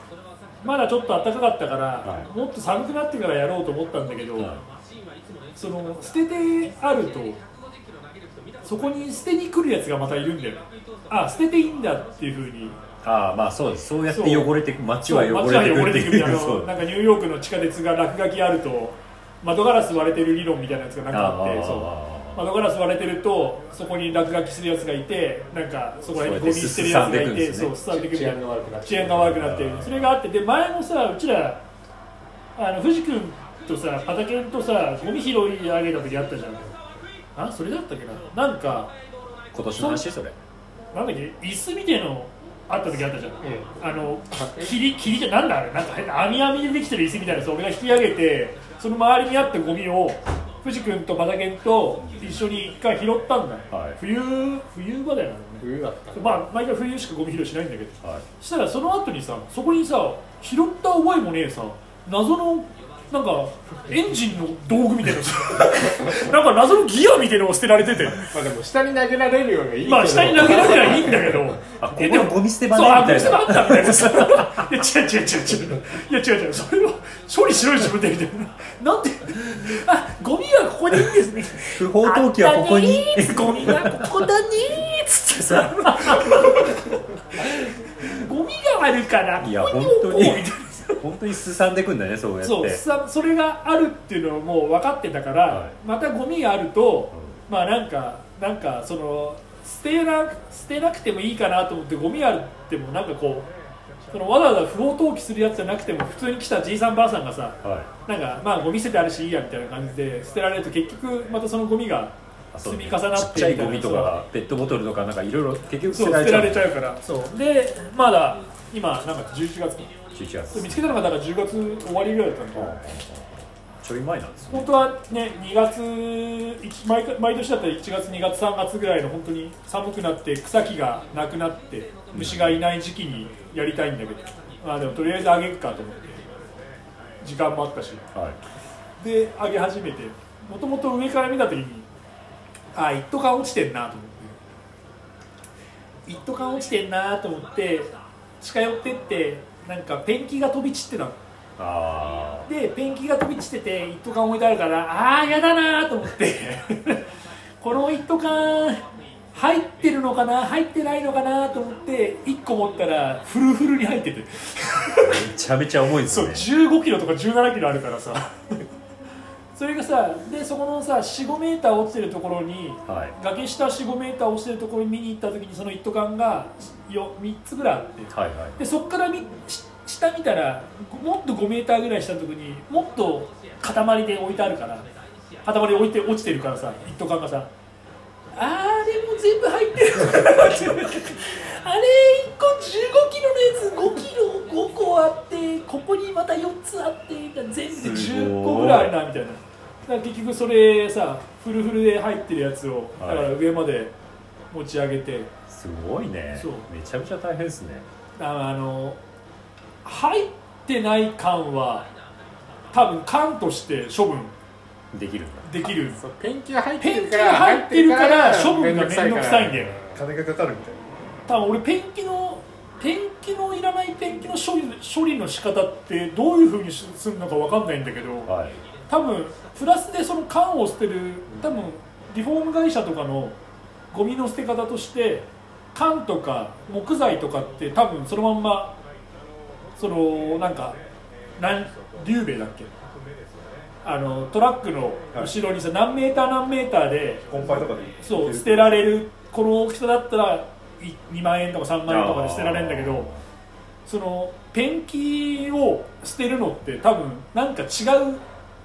[SPEAKER 1] まだちょっと暖かかったから、
[SPEAKER 2] はい
[SPEAKER 1] もっと寒くなってからやろうと思ったんだけど、
[SPEAKER 2] ーはい
[SPEAKER 1] その捨ててあるとそこに捨てに来るやつがまたいるんだよあ捨てていいんだっていうふうに
[SPEAKER 2] ああまあそうですそうやって汚れてく街は汚
[SPEAKER 1] 街は
[SPEAKER 2] れてく
[SPEAKER 1] 汚
[SPEAKER 2] っ
[SPEAKER 1] れ
[SPEAKER 2] て
[SPEAKER 1] てくみたい
[SPEAKER 2] いう
[SPEAKER 1] な
[SPEAKER 2] そう
[SPEAKER 1] なんかニューヨークの地下鉄が落書きあると窓ガラス割れてる理論みたいなやつがなんかあってそう窓ガラス割れてるとそこに落書きするやつがいてなんかそこら辺にゴミ捨てるやつがいて
[SPEAKER 2] そ
[SPEAKER 1] そう
[SPEAKER 2] や
[SPEAKER 1] う
[SPEAKER 2] って
[SPEAKER 1] すさんでくる
[SPEAKER 3] 治安が悪くなって
[SPEAKER 1] 治安が悪くなってるそれがあってで前もさうちらあの藤君とさパタケンとさゴミ拾い上げた時あったじゃんあそれだったっけななんか
[SPEAKER 2] 今年の話それ
[SPEAKER 1] なんだっけ椅子みたいのあった時あったじゃん、あの霧霧じゃなんだあれなんか変な網網でできてる椅子みたいなさ俺が引き上げてその周りにあったゴミを藤君とパタケンと一緒に一回拾ったんだよ、
[SPEAKER 2] はい
[SPEAKER 1] 冬冬場だよなあれね
[SPEAKER 3] 冬だった
[SPEAKER 1] まあ毎回冬しかゴミ拾いしないんだけど
[SPEAKER 2] はい
[SPEAKER 1] そしたらその後にさそこにさ拾った覚えもねえさ謎のなんかエンジンの道具みたい ななんか謎のギアみたいなのが捨てられてて
[SPEAKER 3] まあでも下に投げられるようがいいけど
[SPEAKER 1] まあ下に投げられりゃいいんだけど
[SPEAKER 2] あこ
[SPEAKER 1] え
[SPEAKER 2] こ
[SPEAKER 1] で
[SPEAKER 2] の
[SPEAKER 1] も
[SPEAKER 2] ゴミ捨て場
[SPEAKER 1] そう、
[SPEAKER 2] ね
[SPEAKER 1] あ、
[SPEAKER 2] み
[SPEAKER 1] これ
[SPEAKER 2] たい
[SPEAKER 1] して
[SPEAKER 2] な
[SPEAKER 1] なかったみたいな。 いや、違う違う違う違う。いや、違う違う。それは処理しろよ、自分でみたいな。なんで、あ、ゴミはここにいいんですね。
[SPEAKER 2] 不法投棄はここに
[SPEAKER 1] あったねーゴミがここだねーっつって さ。ゴミがあるから、ここ
[SPEAKER 2] い
[SPEAKER 1] に
[SPEAKER 2] や
[SPEAKER 1] 置
[SPEAKER 2] 本
[SPEAKER 1] こ
[SPEAKER 2] 当
[SPEAKER 1] うみ
[SPEAKER 2] に
[SPEAKER 1] たいな。
[SPEAKER 2] 本当にすさんでくんだねそうやって
[SPEAKER 1] そうさそれがあるっていうのをもう分かってたから、
[SPEAKER 2] はい
[SPEAKER 1] またゴミがあると、まあなんかなんかその捨てな捨てなくてもいいかなと思ってゴミがあってもなんかこうそのわざわざ不法投棄するやつじゃなくても普通に来たじいさんばあさんがさ
[SPEAKER 2] は
[SPEAKER 1] なんかまあゴミ捨ててあるしいいやみたいな感じで捨てられると結局またそのゴミが
[SPEAKER 2] い
[SPEAKER 1] 積み重なって
[SPEAKER 2] ちっちゃいゴミとかペットボトルとかなんかいろいろ結局
[SPEAKER 1] そ
[SPEAKER 2] 捨
[SPEAKER 1] う
[SPEAKER 2] てら
[SPEAKER 1] 捨
[SPEAKER 2] れ
[SPEAKER 1] て
[SPEAKER 2] ちゃ
[SPEAKER 1] られ
[SPEAKER 2] う
[SPEAKER 1] ちゃうからそうでまだ今なんか11月
[SPEAKER 2] 11月
[SPEAKER 1] 見つけたのがだから10月終わりぐらいだったんで、
[SPEAKER 2] ちょい前なんです
[SPEAKER 1] 本
[SPEAKER 2] ね
[SPEAKER 1] 当はね2月一毎回毎年だったら1月2月3月ぐらいの本当に寒くなって草木がなくなって虫がいない時期にやりたいんだけど、まあでもとりあえずあげるかと思って時間もあったし
[SPEAKER 2] はい
[SPEAKER 1] であげ始めてもともと上から見た時にあ一斗缶落ちてんなと思って一斗缶落ちてんなと思って近寄ってってなんかペンキが飛び散ってたの。
[SPEAKER 2] あ
[SPEAKER 1] でペンキが飛び散ってて一斗缶置いてあるからあーやだなーと思って この一斗缶入ってるのかな入ってないのかなと思って1個持ったらフルフルに入ってて
[SPEAKER 2] あめちゃめちゃ重いで
[SPEAKER 1] そ
[SPEAKER 2] す
[SPEAKER 1] う
[SPEAKER 2] ね
[SPEAKER 1] 15キロとか17キロあるからさ それがさでそこのさ45メーター落ちてるところに
[SPEAKER 2] はい
[SPEAKER 1] 崖下45メーター落ちてるところに見に行った時にその一斗缶がよ3つぐらいあって
[SPEAKER 2] はいはい
[SPEAKER 1] でそこからみし下見たらごもっと5メーターぐらいしたとこにもっと塊で置いてあるから塊で置いて落ちてるからさ一斗缶がさあれも全部入ってる あれ1個1 5キロのやつ5キロ5個あってここにまた4つあってみたいな全部で10個ぐらいあるなみたいなだから結局それさフルフルで入ってるやつをだ
[SPEAKER 2] はい
[SPEAKER 1] から上まで持ち上げて、
[SPEAKER 2] すごいね
[SPEAKER 1] そう
[SPEAKER 2] めちゃめちゃ大変ですね
[SPEAKER 1] ああの入ってない缶は多分缶として処分
[SPEAKER 2] できるんだ
[SPEAKER 1] できる
[SPEAKER 3] そうペンキが入って
[SPEAKER 1] ペン
[SPEAKER 3] る
[SPEAKER 1] キ
[SPEAKER 3] か
[SPEAKER 1] が
[SPEAKER 3] ら
[SPEAKER 1] 入ってるから処分が面
[SPEAKER 3] めん
[SPEAKER 1] 倒
[SPEAKER 3] ど
[SPEAKER 1] くさいんだよ
[SPEAKER 4] 金がかかるみたいな
[SPEAKER 1] 多分俺ペンキのペンキのいらないペンキの処理処理の仕方ってどういうふうにしするのかわかんないんだけど
[SPEAKER 2] はい
[SPEAKER 1] 多分プラスでその缶を捨てる多分リフォーム会社とかのゴミの捨て方として缶とか木材とかって多分そのまんまそのなんかなん竜兵衛だっけあのトラックの後ろにさ、何メーター何メーターで
[SPEAKER 4] コンパイとかで
[SPEAKER 1] そう捨てられるこの大きさだったらい2万円とか3万円とかで捨てられるんだけどそのペンキを捨てるのって多分なんか違う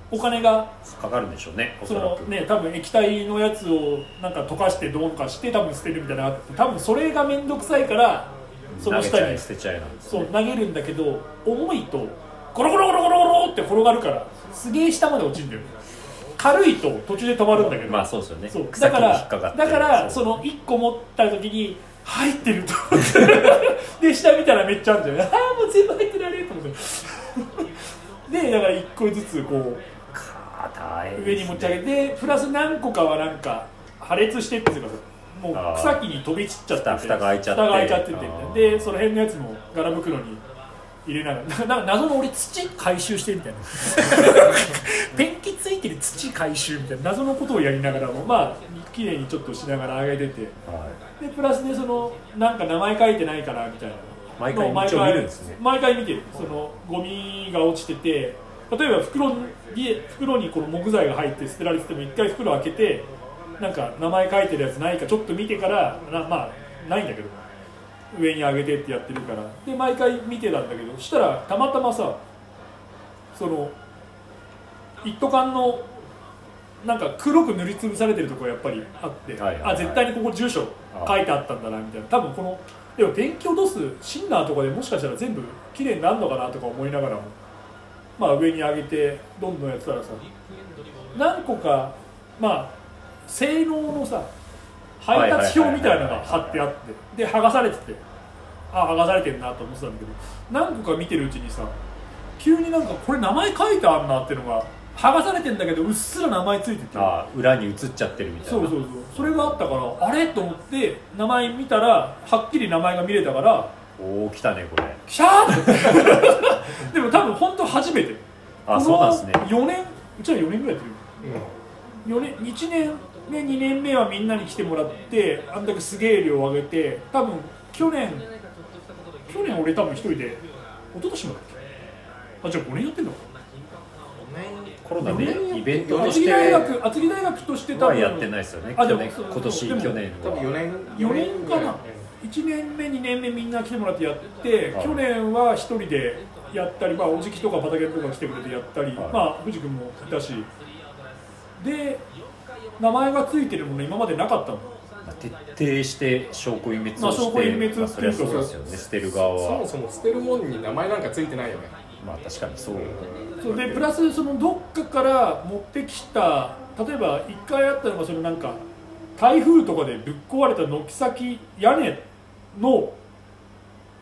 [SPEAKER 1] お金が
[SPEAKER 2] かかるんでしょうねお
[SPEAKER 1] そ
[SPEAKER 2] そら
[SPEAKER 1] の
[SPEAKER 2] く
[SPEAKER 1] ね多分液体のやつをなんか溶かしてどうかして多分捨てるみたいなのがあって多分それが面倒くさいからそ
[SPEAKER 2] 投
[SPEAKER 1] の
[SPEAKER 2] げち
[SPEAKER 1] 下
[SPEAKER 2] ゃ
[SPEAKER 1] に
[SPEAKER 2] い捨てちゃいなんです
[SPEAKER 1] そう
[SPEAKER 2] ね
[SPEAKER 1] 投げるんだけど重いとゴロゴロゴロゴロゴロって転がるからすげえ下まで落ちるんだよ軽いと途中で止まるんだけど
[SPEAKER 2] まあそうですよね
[SPEAKER 1] そうだ
[SPEAKER 2] 草木
[SPEAKER 1] か
[SPEAKER 2] に引っ
[SPEAKER 1] ら
[SPEAKER 2] かかって
[SPEAKER 1] だからそ
[SPEAKER 2] そ
[SPEAKER 1] うの1個持った時に入ってると 思ってで下見たらめっちゃあるんじゃんああもう全部入ってられると思ってでだから1個ずつこう
[SPEAKER 2] か大変
[SPEAKER 1] 上に持ち上げてプラス何個かはなんか破裂してっていうかもう
[SPEAKER 2] あー
[SPEAKER 1] 草木に飛び散っちゃってて
[SPEAKER 2] 蓋蓋が開いちゃって
[SPEAKER 1] 蓋が開いちゃっててみたい
[SPEAKER 2] あ
[SPEAKER 1] な
[SPEAKER 2] ー
[SPEAKER 1] でその辺のやつも柄袋に入れながらなんかなんか謎の俺土回収してみ たいなペンキついてる土回収みたいな謎のことをやりながらもまあ綺麗にちょっとしながら上げててで
[SPEAKER 2] はい
[SPEAKER 1] プラスでそのなんか名前書いてないからみたいな
[SPEAKER 2] 毎回
[SPEAKER 1] のを
[SPEAKER 2] 一応見るんですね
[SPEAKER 1] 毎回見てるそのゴミが落ちてて例えば袋に袋にこの木材が入って捨てられてても一回袋開けてなんか名前書いてるやつないかちょっと見てからなまあないんだけど上に上げてってやってるからで毎回見てたんだけどそしたらたまたまさその一斗缶のなんか黒く塗りつぶされてるところやっぱりあって、
[SPEAKER 2] はいはいはい
[SPEAKER 1] あ絶対にここ住所書いてあったんだなみたいな多分このでもペンキ落とすシンナーとかでもしかしたら全部綺麗になるのかなとか思いながらもまあ上に上げてどんどんやってたらさ何個かまあ性能のさ配達表みたいなのが貼ってあってで剥がされててあ剥がされてるなと思ってたんだけど何個か見てるうちにさ急になんかこれ名前書いてあんなっていうのが剥がされてんだけどうっすら名前ついてて
[SPEAKER 2] あ裏に映っちゃってるみたい
[SPEAKER 1] そ
[SPEAKER 2] な
[SPEAKER 1] うそうそうそれがあったからあれと思って名前見たらはっきり名前が見れたから
[SPEAKER 2] おお来たねこれ
[SPEAKER 1] シャーって でも多分本当初めて
[SPEAKER 2] あそうなんですね
[SPEAKER 1] 4年うちら4年ぐらいやってるよ、4年1年目2年目はみんなに来てもらってあんだけすげえ量上げて多分去年去年俺多分一人で一昨年もだっけあじゃあ5年やってんのか
[SPEAKER 2] コロナでイベントと
[SPEAKER 1] 厚
[SPEAKER 2] し
[SPEAKER 1] 木
[SPEAKER 2] て
[SPEAKER 1] 大学厚木大学として多
[SPEAKER 2] は
[SPEAKER 1] 分
[SPEAKER 2] やってないですよね
[SPEAKER 1] あ
[SPEAKER 2] 去
[SPEAKER 1] でも
[SPEAKER 2] 年
[SPEAKER 1] そうそう
[SPEAKER 2] 今年
[SPEAKER 1] でも
[SPEAKER 2] 去年
[SPEAKER 5] 多分4
[SPEAKER 2] は
[SPEAKER 5] 年
[SPEAKER 1] 4年かな1年目2年目みんな来てもらってやって
[SPEAKER 2] はい
[SPEAKER 1] 去年は1人でやったり、まあ、おじきとか畑とか来てくれてやったり、
[SPEAKER 2] はい
[SPEAKER 1] まあ藤君もいたしで名前がついてるもの今までなかったの
[SPEAKER 2] まあ徹底して証拠隠滅
[SPEAKER 1] まあ
[SPEAKER 2] をして
[SPEAKER 1] 証拠隠滅っていうか
[SPEAKER 2] まあそりゃそうですよね捨てる側
[SPEAKER 3] そも
[SPEAKER 2] は
[SPEAKER 3] そも捨てるもんに名前なんかついてないよね
[SPEAKER 2] まあ確かにそう
[SPEAKER 1] そうでプラスそのどっかから持ってきた例えば1回あったのがそのなんか台風とかでぶっ壊れた軒先屋根の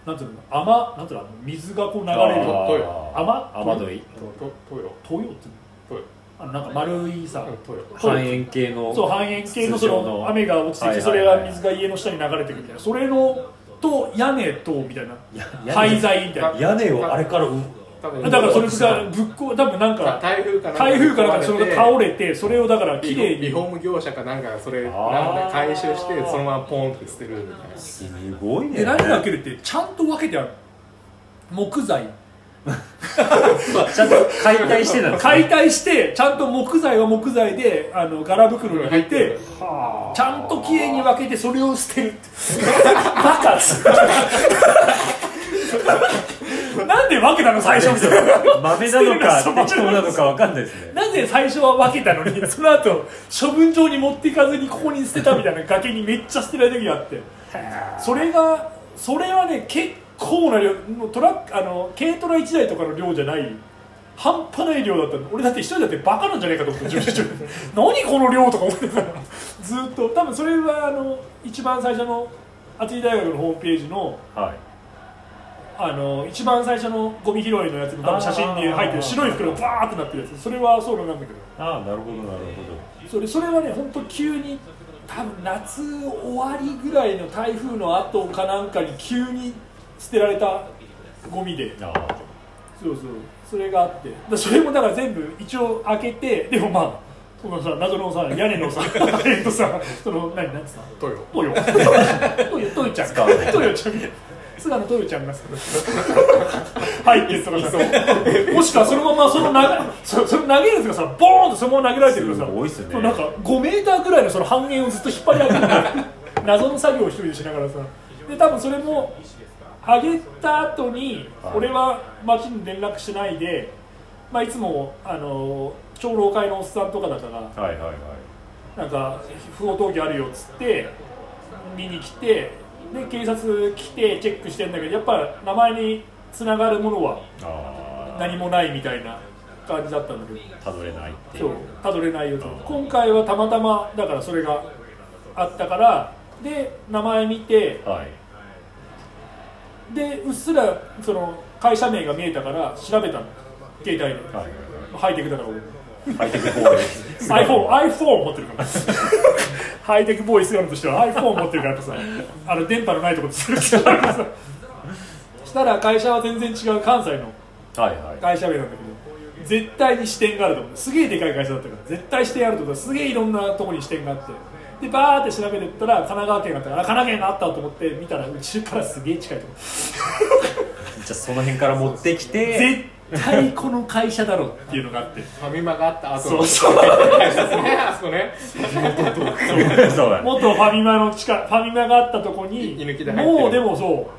[SPEAKER 1] なんていうの雨なんていうの水がこう流れる
[SPEAKER 3] あー
[SPEAKER 2] あ
[SPEAKER 1] 雨
[SPEAKER 2] 雨どい
[SPEAKER 3] ととトヨ
[SPEAKER 1] 東洋っていうの
[SPEAKER 3] トヨ
[SPEAKER 1] あのなんか丸いさ、
[SPEAKER 3] うんトヨ
[SPEAKER 2] 半円形の
[SPEAKER 1] そう半円形のそ
[SPEAKER 2] 筒状
[SPEAKER 1] の雨が落ちてきてそれ
[SPEAKER 2] はい
[SPEAKER 1] が
[SPEAKER 2] はいはい
[SPEAKER 1] 水が家の下に流れてくるみたいなそれのと屋根とみたいな
[SPEAKER 2] や
[SPEAKER 1] 廃材みたいな
[SPEAKER 2] 屋根をあれからう
[SPEAKER 3] 多
[SPEAKER 1] だ
[SPEAKER 3] 分
[SPEAKER 1] からそれ
[SPEAKER 2] 落ちた
[SPEAKER 1] がぶっこ多分なんか
[SPEAKER 3] 台風かなんか
[SPEAKER 1] 台風かなんかそれが倒れてそれをだから
[SPEAKER 3] リ
[SPEAKER 1] 綺
[SPEAKER 3] フ
[SPEAKER 1] 麗
[SPEAKER 3] ォー
[SPEAKER 1] に
[SPEAKER 3] ム業者かなんかがそれ
[SPEAKER 2] あ
[SPEAKER 3] なん
[SPEAKER 2] ー
[SPEAKER 3] か回収してそのままポンって捨てるみたいな
[SPEAKER 2] すごいね
[SPEAKER 1] で何がけるってちゃんと分けてある木材
[SPEAKER 2] ちゃんと解体してたんですね
[SPEAKER 1] 解体してちゃんと木材は木材であの柄袋に入れてちゃんと綺麗に分けてそれを捨て るってバカっすなんで分けたの最初みたいな
[SPEAKER 2] 豆なのか適当なのかわかんないですね
[SPEAKER 1] なぜ最初は分けたのにその後処分場に持っていかずにここに捨てたみたいな崖にめっちゃ捨てられた時があってそれがそれはね結構な量もうトラックあの軽トラ1台とかの量じゃない半端ない量だったの俺だって一人だってバカなんじゃないかと思って何この量とか思ってたのずっと多分それはあの一番最初の厚木大学のホームページの
[SPEAKER 2] はい
[SPEAKER 1] あの一番最初のゴミ拾いのやつの多分写真に入ってる白い袋がバーってなってるやつそれはそうなんだけど
[SPEAKER 2] ああなるほどなる
[SPEAKER 1] それそれはね本当急に多分夏終わりぐらいの台風の後かなんかに急に捨てられたゴミで
[SPEAKER 2] ほどあ
[SPEAKER 1] そうそうそれがあってだそれもだから全部一応開けてでもまあそのさ謎のさ屋根のさ えっとさその何なんつった
[SPEAKER 3] トヨ
[SPEAKER 1] トヨトヨトヨちゃん
[SPEAKER 2] 使わない
[SPEAKER 1] トヨちゃん菅野トヨちゃんがさ入ってったらさもしくはそのままそのなそその投げるやつがさボーンとそのまま投げられてるからさ
[SPEAKER 2] すごいっすね
[SPEAKER 1] そうなんか5メーターぐらいのその半円をずっと引っ張り上げて 謎の作業を一人でしながらさで多分それも上げた後に
[SPEAKER 2] はい
[SPEAKER 1] 俺は町に連絡しないで、まあ、いつもあの長老会のおっさんとかだから
[SPEAKER 2] あはいはいはい
[SPEAKER 1] なんか不法投棄あるよっつって見に来てで警察来てチェックしてんだけどやっぱ名前につながるものは
[SPEAKER 2] あ
[SPEAKER 1] 何もないみたいな感じだったんだけど
[SPEAKER 2] あたどれないってい
[SPEAKER 1] そううたどれないよと今回はたまたまだからそれがあったからで名前見て
[SPEAKER 2] はい
[SPEAKER 1] でうっすらその会社名が見えたから調べたの携帯で
[SPEAKER 2] はい
[SPEAKER 1] ハイテクだから俺
[SPEAKER 2] ハイテクボールですごい
[SPEAKER 1] iPhone, iPhone 持ってるから ハイテクボーイスガムとしては iPhone 持ってるからやっぱさあの電波のないところでするからさしたら会社は全然違う関西の
[SPEAKER 2] はいはい
[SPEAKER 1] 会社名なんだけど絶対に支店があると思うすげえでかい会社だったから絶対支店あると思うすげえいろんなとこに支店があってでバーって調べてったら神奈川県があったからあ神奈川県があったと思って見たらうちからすげえ近いとこ
[SPEAKER 2] じゃあその辺から持ってきて
[SPEAKER 1] 絶対この会社だろっていうのがあって
[SPEAKER 3] ファミマがあった後
[SPEAKER 1] そ
[SPEAKER 3] の
[SPEAKER 1] うそう
[SPEAKER 3] ねあそこね
[SPEAKER 2] そうだね
[SPEAKER 1] 元ファミマの近いファミマがあったとこに
[SPEAKER 3] 居抜きで入ってる
[SPEAKER 1] もうでもそ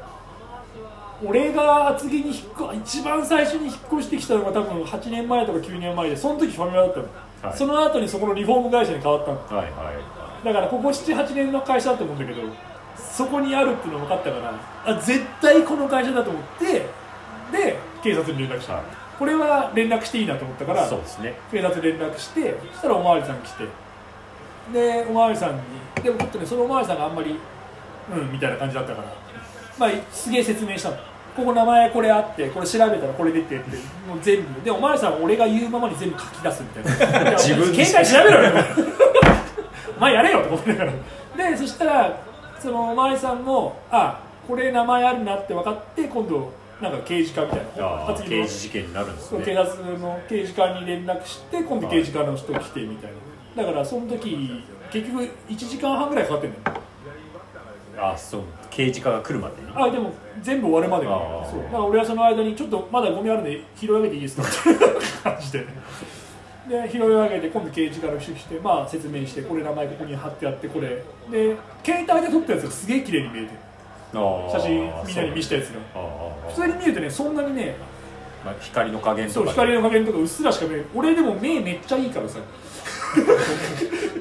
[SPEAKER 1] う俺が厚木に引っ越一番最初に引っ越してきたのが多分8年前とか9年前でその時ファミマだったの、
[SPEAKER 2] はい
[SPEAKER 1] その後にそこのリフォーム会社に変わったの
[SPEAKER 2] はいは
[SPEAKER 1] だからここ78年の会社だと思うんだけどそこにあるっていうの分かったからあ絶対この会社だと思ってで警察に連絡した、
[SPEAKER 2] はい
[SPEAKER 1] これは連絡していいなと思ったから
[SPEAKER 2] いそうですね
[SPEAKER 1] 警察連絡してそしたらおまわりさん来てでおまわりさんにでもちょっとねそのおまわりさんがあんまりうんみたいな感じだったからまあすげえ説明したのここ名前これあってこれ調べたらこれ出てってもう全部でお前さん俺が言うままに全部書き出すみたいな
[SPEAKER 2] 自分で
[SPEAKER 1] 携帯調べろよ お前やれよと思ってだからでそしたらそのお前さんもあこれ名前あるなって分かって今度なんか刑事課みたいな
[SPEAKER 2] あー
[SPEAKER 1] 厚木の
[SPEAKER 2] 刑事事件になるんです
[SPEAKER 1] そう警
[SPEAKER 2] ね
[SPEAKER 1] 察の刑事課に連絡して今度刑事課の人来てみたいなだからその時結局1時間半ぐらいかかってんのよ
[SPEAKER 2] あーそう刑事課が来るまでに
[SPEAKER 1] あでも全部終わるまでに
[SPEAKER 2] あー
[SPEAKER 1] そうだから俺はその間にちょっとまだゴミあるんで拾い上げていいですかみたいな感じでで拾い上げて今度刑事課の人来て、まあ、説明してこれ名前ここに貼ってあってこれで携帯で撮ったやつがすげえ綺麗に見えてる写
[SPEAKER 2] 写
[SPEAKER 1] 真みんなに見せたやつが普通に見るとねそんなにね
[SPEAKER 2] まあ、光の加減
[SPEAKER 1] そ
[SPEAKER 2] と
[SPEAKER 1] う
[SPEAKER 2] か
[SPEAKER 1] 光の加減とかうっすらしか見えない俺でも目めっちゃいい からさ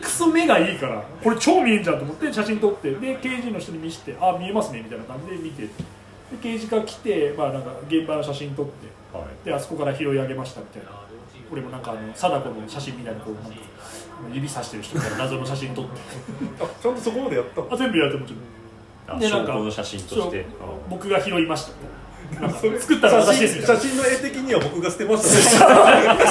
[SPEAKER 1] クソ目がいいからこれ超見えんじゃんと思って写真撮ってで刑事の人に見せてあ見えますねみたいな感じで見てで刑事が来て、まあ、なんか現場の写真撮って
[SPEAKER 2] はい
[SPEAKER 1] であそこから拾い上げましたみたいな俺もなんかあの貞子の写真みたいなこうなんか指さしてる人から謎の写真撮って
[SPEAKER 4] あちゃんとそこまでやったの
[SPEAKER 1] あ全部やるともちろん
[SPEAKER 2] あ
[SPEAKER 1] でなん
[SPEAKER 2] 証
[SPEAKER 1] か
[SPEAKER 2] 拠の写真として
[SPEAKER 1] そう
[SPEAKER 2] あ
[SPEAKER 1] 僕が拾いましたなんか
[SPEAKER 4] それ
[SPEAKER 1] 作ったの私ですみたいな
[SPEAKER 4] 写真写真の絵的には僕が捨てましたね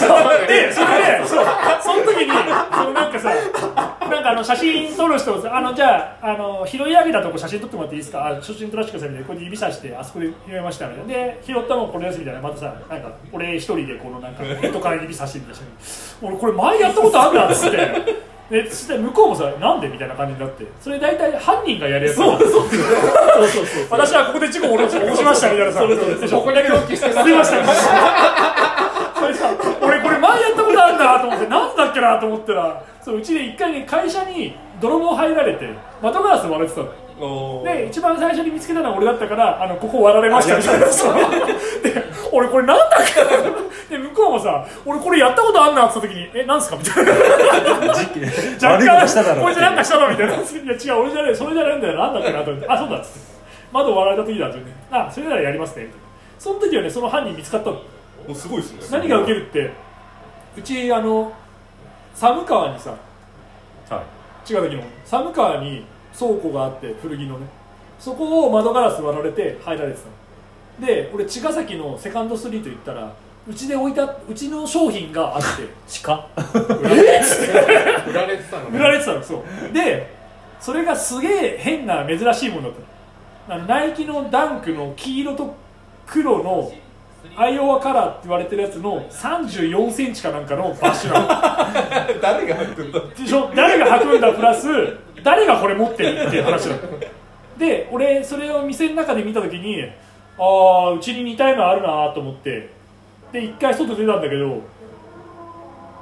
[SPEAKER 1] で、それで、そうその時に、そのなんかさ、なんかあの写真撮る人をさ、あのじゃああの、拾い上げたとこ写真撮ってもらっていいですか、あ写真撮らせてくださいみたいな、こうやって指さして、あそこで拾いましたみたいな、で、拾ったのこれですみたいな、またさ、なんか、俺一人でこのなん か、ヘッドから指さしてみたいな、俺、これ前やったことあるなっつって。でそして向こうもさ、なんでみたいな感じになって、それ大体犯人がやるやつそう そうそう私はここで事故を起こしましたみたいなさ、ここだけ起きして、ましたみたいなそれさ俺これ前やったことあるなと思ってなんだっけなと思ったらそううちで一回ね会社に泥棒入られて窓ガラス割れてたの
[SPEAKER 4] おー
[SPEAKER 1] で一番最初に見つけたのは俺だったからあのここ割られましたみたいなそう で俺これなんだっけなで向こうもさ俺これやったことあんなって言った時にえなんすかみたいな
[SPEAKER 2] 悪いことしただろ
[SPEAKER 1] こいつなんかしたのみたいな。いや、違う、俺じゃない、それじゃないんだよ。なんだっけなと思って。あ、そうだっつって。窓割られた時だって言って。あ、それならやりますね。みたいなその時はね、その犯人見つかったの。
[SPEAKER 4] もうすごいですね
[SPEAKER 1] 何がウケるって、うち、あの、寒川にさ、
[SPEAKER 2] はい
[SPEAKER 1] 違う時の、寒川に倉庫があって、古着のね。そこを窓ガラス割られて入られてたの。で、俺、茅ヶ崎のセカンドストリート行ったら、うちで置いた、うちの商品があって、
[SPEAKER 2] 地下
[SPEAKER 3] 売られてたの
[SPEAKER 1] 売られてたのそうでそれがすげえ変な珍しいものだったのあのナイキのダンクの黄色と黒のアイオワカラーって言われてるやつの3 4センチかなんかのバッシュな
[SPEAKER 4] 誰が入ってんだ
[SPEAKER 1] のでしょ誰が履くんだプラス誰がこれ持ってるっていう話なので俺それを店の中で見た時にああうちに似たようなのあるなと思ってで一回外出たんだけど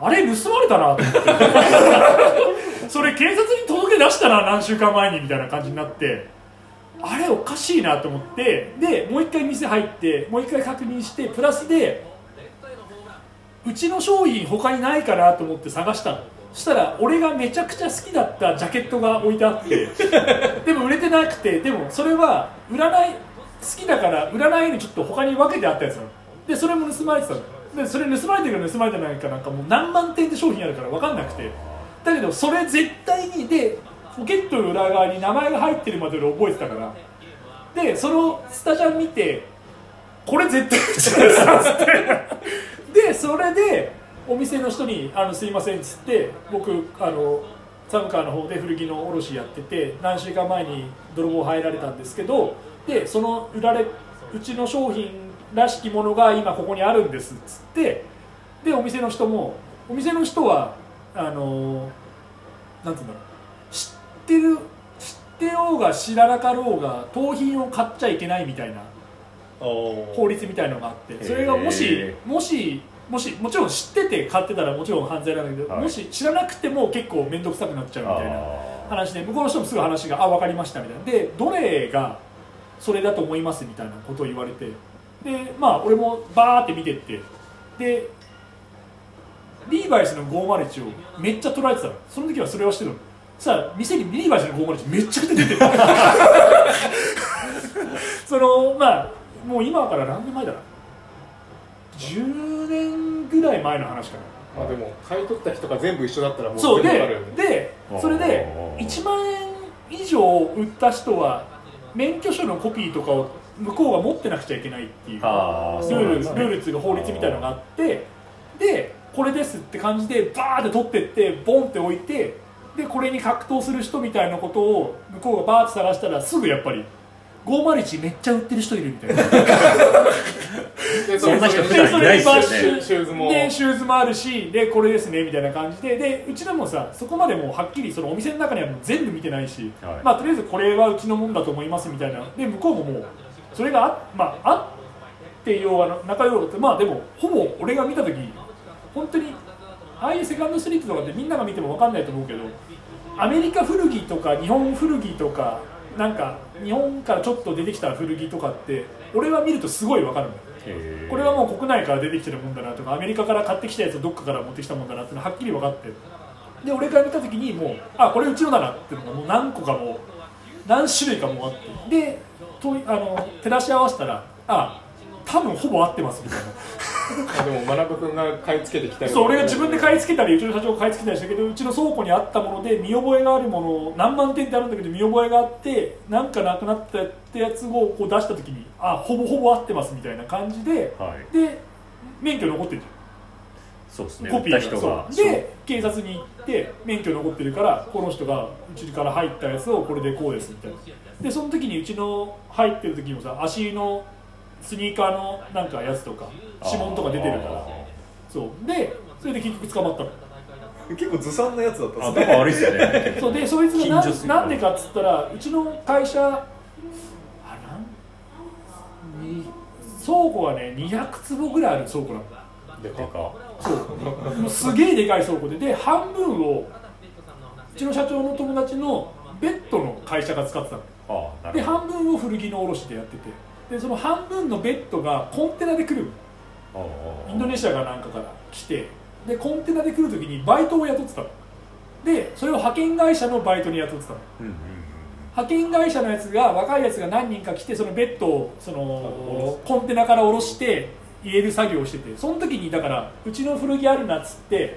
[SPEAKER 1] あれ盗まれたなと思って それ警察に届け出したな何週間前にみたいな感じになってあれおかしいなと思ってでもう一回店入ってもう一回確認してプラスでうちの商品他にないかなと思って探したのそしたら俺がめちゃくちゃ好きだったジャケットが置いてあってでも売れてなくてでもそれは売らない好きだから売らないようにちょっと他に分けてあったやつなのでそれも盗まれてたのでそれ盗まれてるか盗まれてないかなんかもう何万点って商品あるから分かんなくてだけどそれ絶対にでポケットの裏側に名前が入ってるまで俺覚えてたからでそのスタジャン見てこれ絶対うちのやつだっつってでそれでお店の人に「あのすいません」っつって僕あの寒川の方で古着の卸やってて何週間前に泥棒入られたんですけどでその売られうちの商品らしきものが今ここにあるんですっつってでお店の人もお店の人はあのなんつうんだろう知ってる知ってようが知らなかろうが盗品を買っちゃいけないみたいな法律みたいのがあってそれがもし
[SPEAKER 2] へ
[SPEAKER 1] もしもしもちろん知ってて買ってたらもちろん犯罪なんだけど、
[SPEAKER 2] はい
[SPEAKER 1] もし知らなくても結構面倒くさくなっちゃうみたいな
[SPEAKER 2] あ
[SPEAKER 1] 話で向こうの人もすぐ話が「あ分かりました」みたいなでどれがそれだと思いますみたいなことを言われてでまあ俺もバーって見てってでリーバイスの501をめっちゃ捉えてたのその時はそれをしてたのさあ店にリーバイスの501めっちゃくちゃ出てるそのまあもう今から何年前だな10年ぐらい前の話かな
[SPEAKER 3] まあでも買い取った人が全部一緒だったらもう
[SPEAKER 1] そう
[SPEAKER 3] 全部わかる
[SPEAKER 1] で
[SPEAKER 3] よね
[SPEAKER 1] でそれで
[SPEAKER 2] おー
[SPEAKER 1] 1万円以上売った人は免許証のコピーとかを向こうが持ってなくちゃいけないっていうル
[SPEAKER 2] ああ
[SPEAKER 1] ールルールっていうか法律みたいなのがあってでこれですって感じでバーって取ってってボンって置いてでこれに格闘する人みたいなことを向こうがバーって探したらすぐやっぱり501めっちゃ売ってる人いるみたいな
[SPEAKER 3] で
[SPEAKER 2] そんな人
[SPEAKER 3] で
[SPEAKER 2] 普段いな
[SPEAKER 1] それ
[SPEAKER 2] いですよね
[SPEAKER 1] にバッシ
[SPEAKER 3] シューズも
[SPEAKER 1] でシューズもあるしでこれですねみたいな感じででうちらもさそこまでもうはっきりそのお店の中にはもう全部見てないし、
[SPEAKER 2] はい
[SPEAKER 1] まあ、とりあえずこれはうちのもんだと思いますみたいなで向こうももうそれがあ,、まあ、あってようが仲ようがってまあでもほぼ俺が見た時本当にああいうセカンドストリートとかってみんなが見ても分かんないと思うけどアメリカ古着とか日本古着とかなんか日本からちょっと出てきた古着とかって俺は見るとすごい分かるのよ
[SPEAKER 2] へー
[SPEAKER 1] これはもう国内から出てきてるもんだなとかアメリカから買ってきたやつをどっかから持ってきたもんだなっていうのははっきり分かってで俺が見た時にもうあこれうちのだなっていうのがもう何個かもう何種類かもうあってでとあの照らし合わせたらあ多分ほぼ合ってますみたいな
[SPEAKER 3] あでも学君が買い付けてきたり
[SPEAKER 1] そう俺が自分で買い付けたりうちの社長が買い付けたりしたけどうちの倉庫にあったもので見覚えがあるものを何万点ってあるんだけど見覚えがあってなんかなくなったってやつをこう出した時にあほぼほぼ合ってますみたいな感じで
[SPEAKER 2] はい
[SPEAKER 1] で免許残ってるじゃん
[SPEAKER 2] そうですね
[SPEAKER 1] コ
[SPEAKER 2] 売
[SPEAKER 1] ピ
[SPEAKER 2] っ
[SPEAKER 1] ー
[SPEAKER 2] た
[SPEAKER 1] が
[SPEAKER 2] 人が
[SPEAKER 1] そうで警察に行って免許残ってるからこの人がうちから入ったやつをこれでこうですみたいなでその時にうちの入ってる時もさ足のスニーカーのなんかやつとか指紋とか出てるからそうでそれで結局捕まったの
[SPEAKER 4] 結構ずさんなやつだった
[SPEAKER 2] あー
[SPEAKER 4] んで
[SPEAKER 2] だ
[SPEAKER 4] す
[SPEAKER 2] から
[SPEAKER 4] ね
[SPEAKER 2] あれですよね
[SPEAKER 1] そうでそいつが
[SPEAKER 2] 近所
[SPEAKER 1] な
[SPEAKER 2] すぎる
[SPEAKER 1] なんでかっつったらうちの会社あなんに倉庫はね200坪ぐらいある倉庫なの
[SPEAKER 2] でかか
[SPEAKER 1] もうすげえでかい倉庫でで半分をうちの社長の友達のベッドの会社が使ってたの
[SPEAKER 2] ああな
[SPEAKER 1] で
[SPEAKER 2] るほ
[SPEAKER 1] 半分を古着の卸でやっててでその半分のベッドがコンテナで来る
[SPEAKER 2] どあー
[SPEAKER 1] インドネシアかなんかから来てでコンテナで来る時にバイトを雇ってたのでそれを派遣会社のバイトに雇ってたの
[SPEAKER 2] うんうん
[SPEAKER 1] 派遣会社のやつが若いやつが何人か来てそのベッドをそのコンテナから下ろして入れる作業をしててその時にだからうちの古着あるなっつって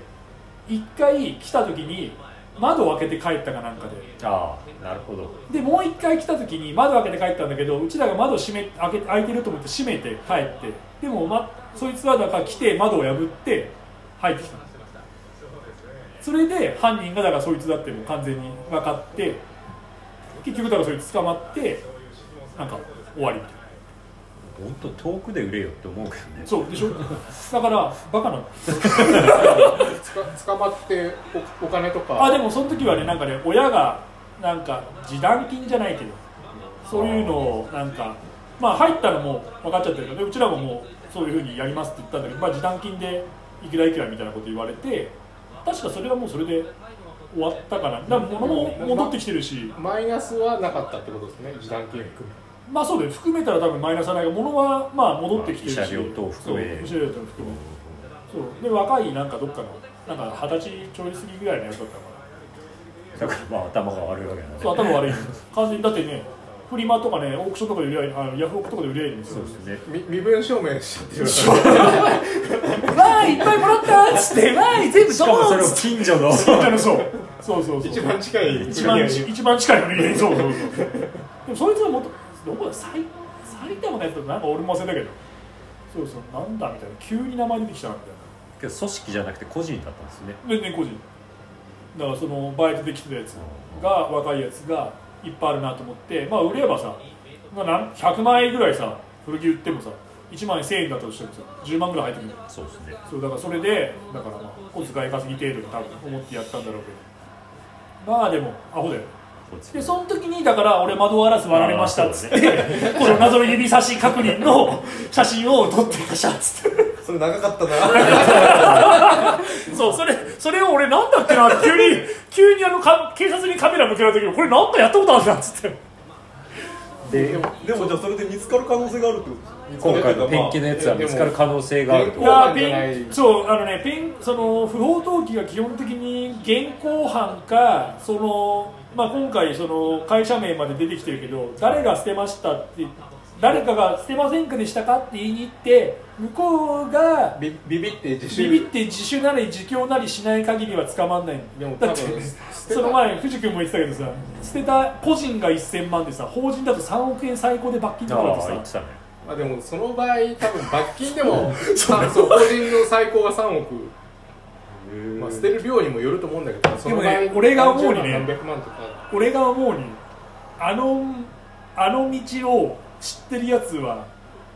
[SPEAKER 1] 一回来た時に窓を開けて帰ったかなんかで
[SPEAKER 2] ああなるほど
[SPEAKER 1] でもう一回来た時に窓開けて帰ったんだけどうちらが窓閉め開け開いてると思って閉めて帰ってでも、ま、そいつはだから来て窓を破って入ってきたそれで犯人がだからそいつだってもう完全に分かって結局だからそいつ捕まってなんか終わりみたいな
[SPEAKER 2] 本当遠くで売れよって思うけどね
[SPEAKER 1] そうでしょだからバカなの
[SPEAKER 3] つか捕まっておお金とか
[SPEAKER 1] あでもその時はねなんかね親がなんか示談金じゃないけどそういうのをなんかまあ入ったのも分かっちゃってるのでうちらももうそういうふうにやりますって言ったんだけど、まあ、示談金でいくらいくらみたいなこと言われて確かそれはもうそれで終わったかなだから物も戻ってきてるし
[SPEAKER 3] マイナスはなかったってことですね示談金含め
[SPEAKER 1] まあそうだよ含めたら多分マイナスはないが物はまあ戻ってきてるし
[SPEAKER 2] まあ慰謝料等含め
[SPEAKER 1] そう慰謝料等含めそうで若いなんかどっかのなんか二十歳ちょい過ぎぐらいのやつだったから
[SPEAKER 2] だからまあ頭が悪いわけなんで
[SPEAKER 1] そう頭悪いんです完全にだってねフリマとかねオークションとかで売りゃいいあヤフオクとかで売りゃいいんです
[SPEAKER 2] そう
[SPEAKER 1] よ
[SPEAKER 2] ですね
[SPEAKER 3] み身分証明しちゃってるから
[SPEAKER 1] わーいっぱいもらったーっつってわーい全部
[SPEAKER 2] しかもそれを近所の
[SPEAKER 1] そうそうそうそう
[SPEAKER 3] 一番近い
[SPEAKER 1] 一番ち一番近いのにねそうそうそうでもそいつはもっとどこだ埼埼玉のやつだとなんか俺も忘れたけどそうそうなんだみたいな急に名前出てきたなみたいな
[SPEAKER 2] けど組織じゃなくて個人だったんですね
[SPEAKER 1] 全然個人だからそのバイトで来てたやつが若いやつがいっぱいあるなと思ってまあ売ればさ、まあ、なん100万円ぐらいさ古着売ってもさ1万円1000円だったとしてもさ10万ぐらい入ってくる
[SPEAKER 2] そうですね
[SPEAKER 1] そうだからそれでだからまあ小遣い稼ぎ程度に多分思ってやったんだろうけどまあでもアホだよ
[SPEAKER 2] こっち
[SPEAKER 1] でその時にだから俺窓ガラス割られましたっつって、この謎の指差し確認の写真を撮ってましたっつって
[SPEAKER 4] それ長かったな
[SPEAKER 1] そうそれそれを俺なんだっけなって急に急にあのか警察にカメラ向けられた時にこれなんかやったことあるなっつって
[SPEAKER 2] で
[SPEAKER 4] でもじゃあそれで見つかる可能性があるってこ
[SPEAKER 2] 今
[SPEAKER 4] と
[SPEAKER 2] 回のペンキのやつは見つかる可能性がある
[SPEAKER 3] で
[SPEAKER 2] と
[SPEAKER 1] い
[SPEAKER 3] も
[SPEAKER 1] や
[SPEAKER 3] じゃない
[SPEAKER 1] ペンそうあのねペンその不法投棄が基本的に現行犯かそのまあ今回その会社名まで出てきてるけど誰が捨てましたって誰誰かが捨てませんかでしたかって言いに行って向こうが
[SPEAKER 5] ビビビって自
[SPEAKER 1] ビビって自首なり自供なりしない限りは捕まんない
[SPEAKER 3] でも多
[SPEAKER 1] だ
[SPEAKER 3] 分
[SPEAKER 1] って
[SPEAKER 3] 捨てた
[SPEAKER 1] その前藤君も言ってたけどさ捨てた個人が1000万でさ法人だと3億円最高で罰金とかだ
[SPEAKER 2] あ
[SPEAKER 1] と
[SPEAKER 2] あ言っ
[SPEAKER 1] さ
[SPEAKER 2] てたね
[SPEAKER 3] まあでもその場合多分罰金 でもさそう個人の最高が3億、まあ、捨てる量にもよると思うんだけどその場合
[SPEAKER 1] でもね俺が思うにね
[SPEAKER 3] 何百万とか
[SPEAKER 1] 俺が思うにあのあの道を知ってるやつは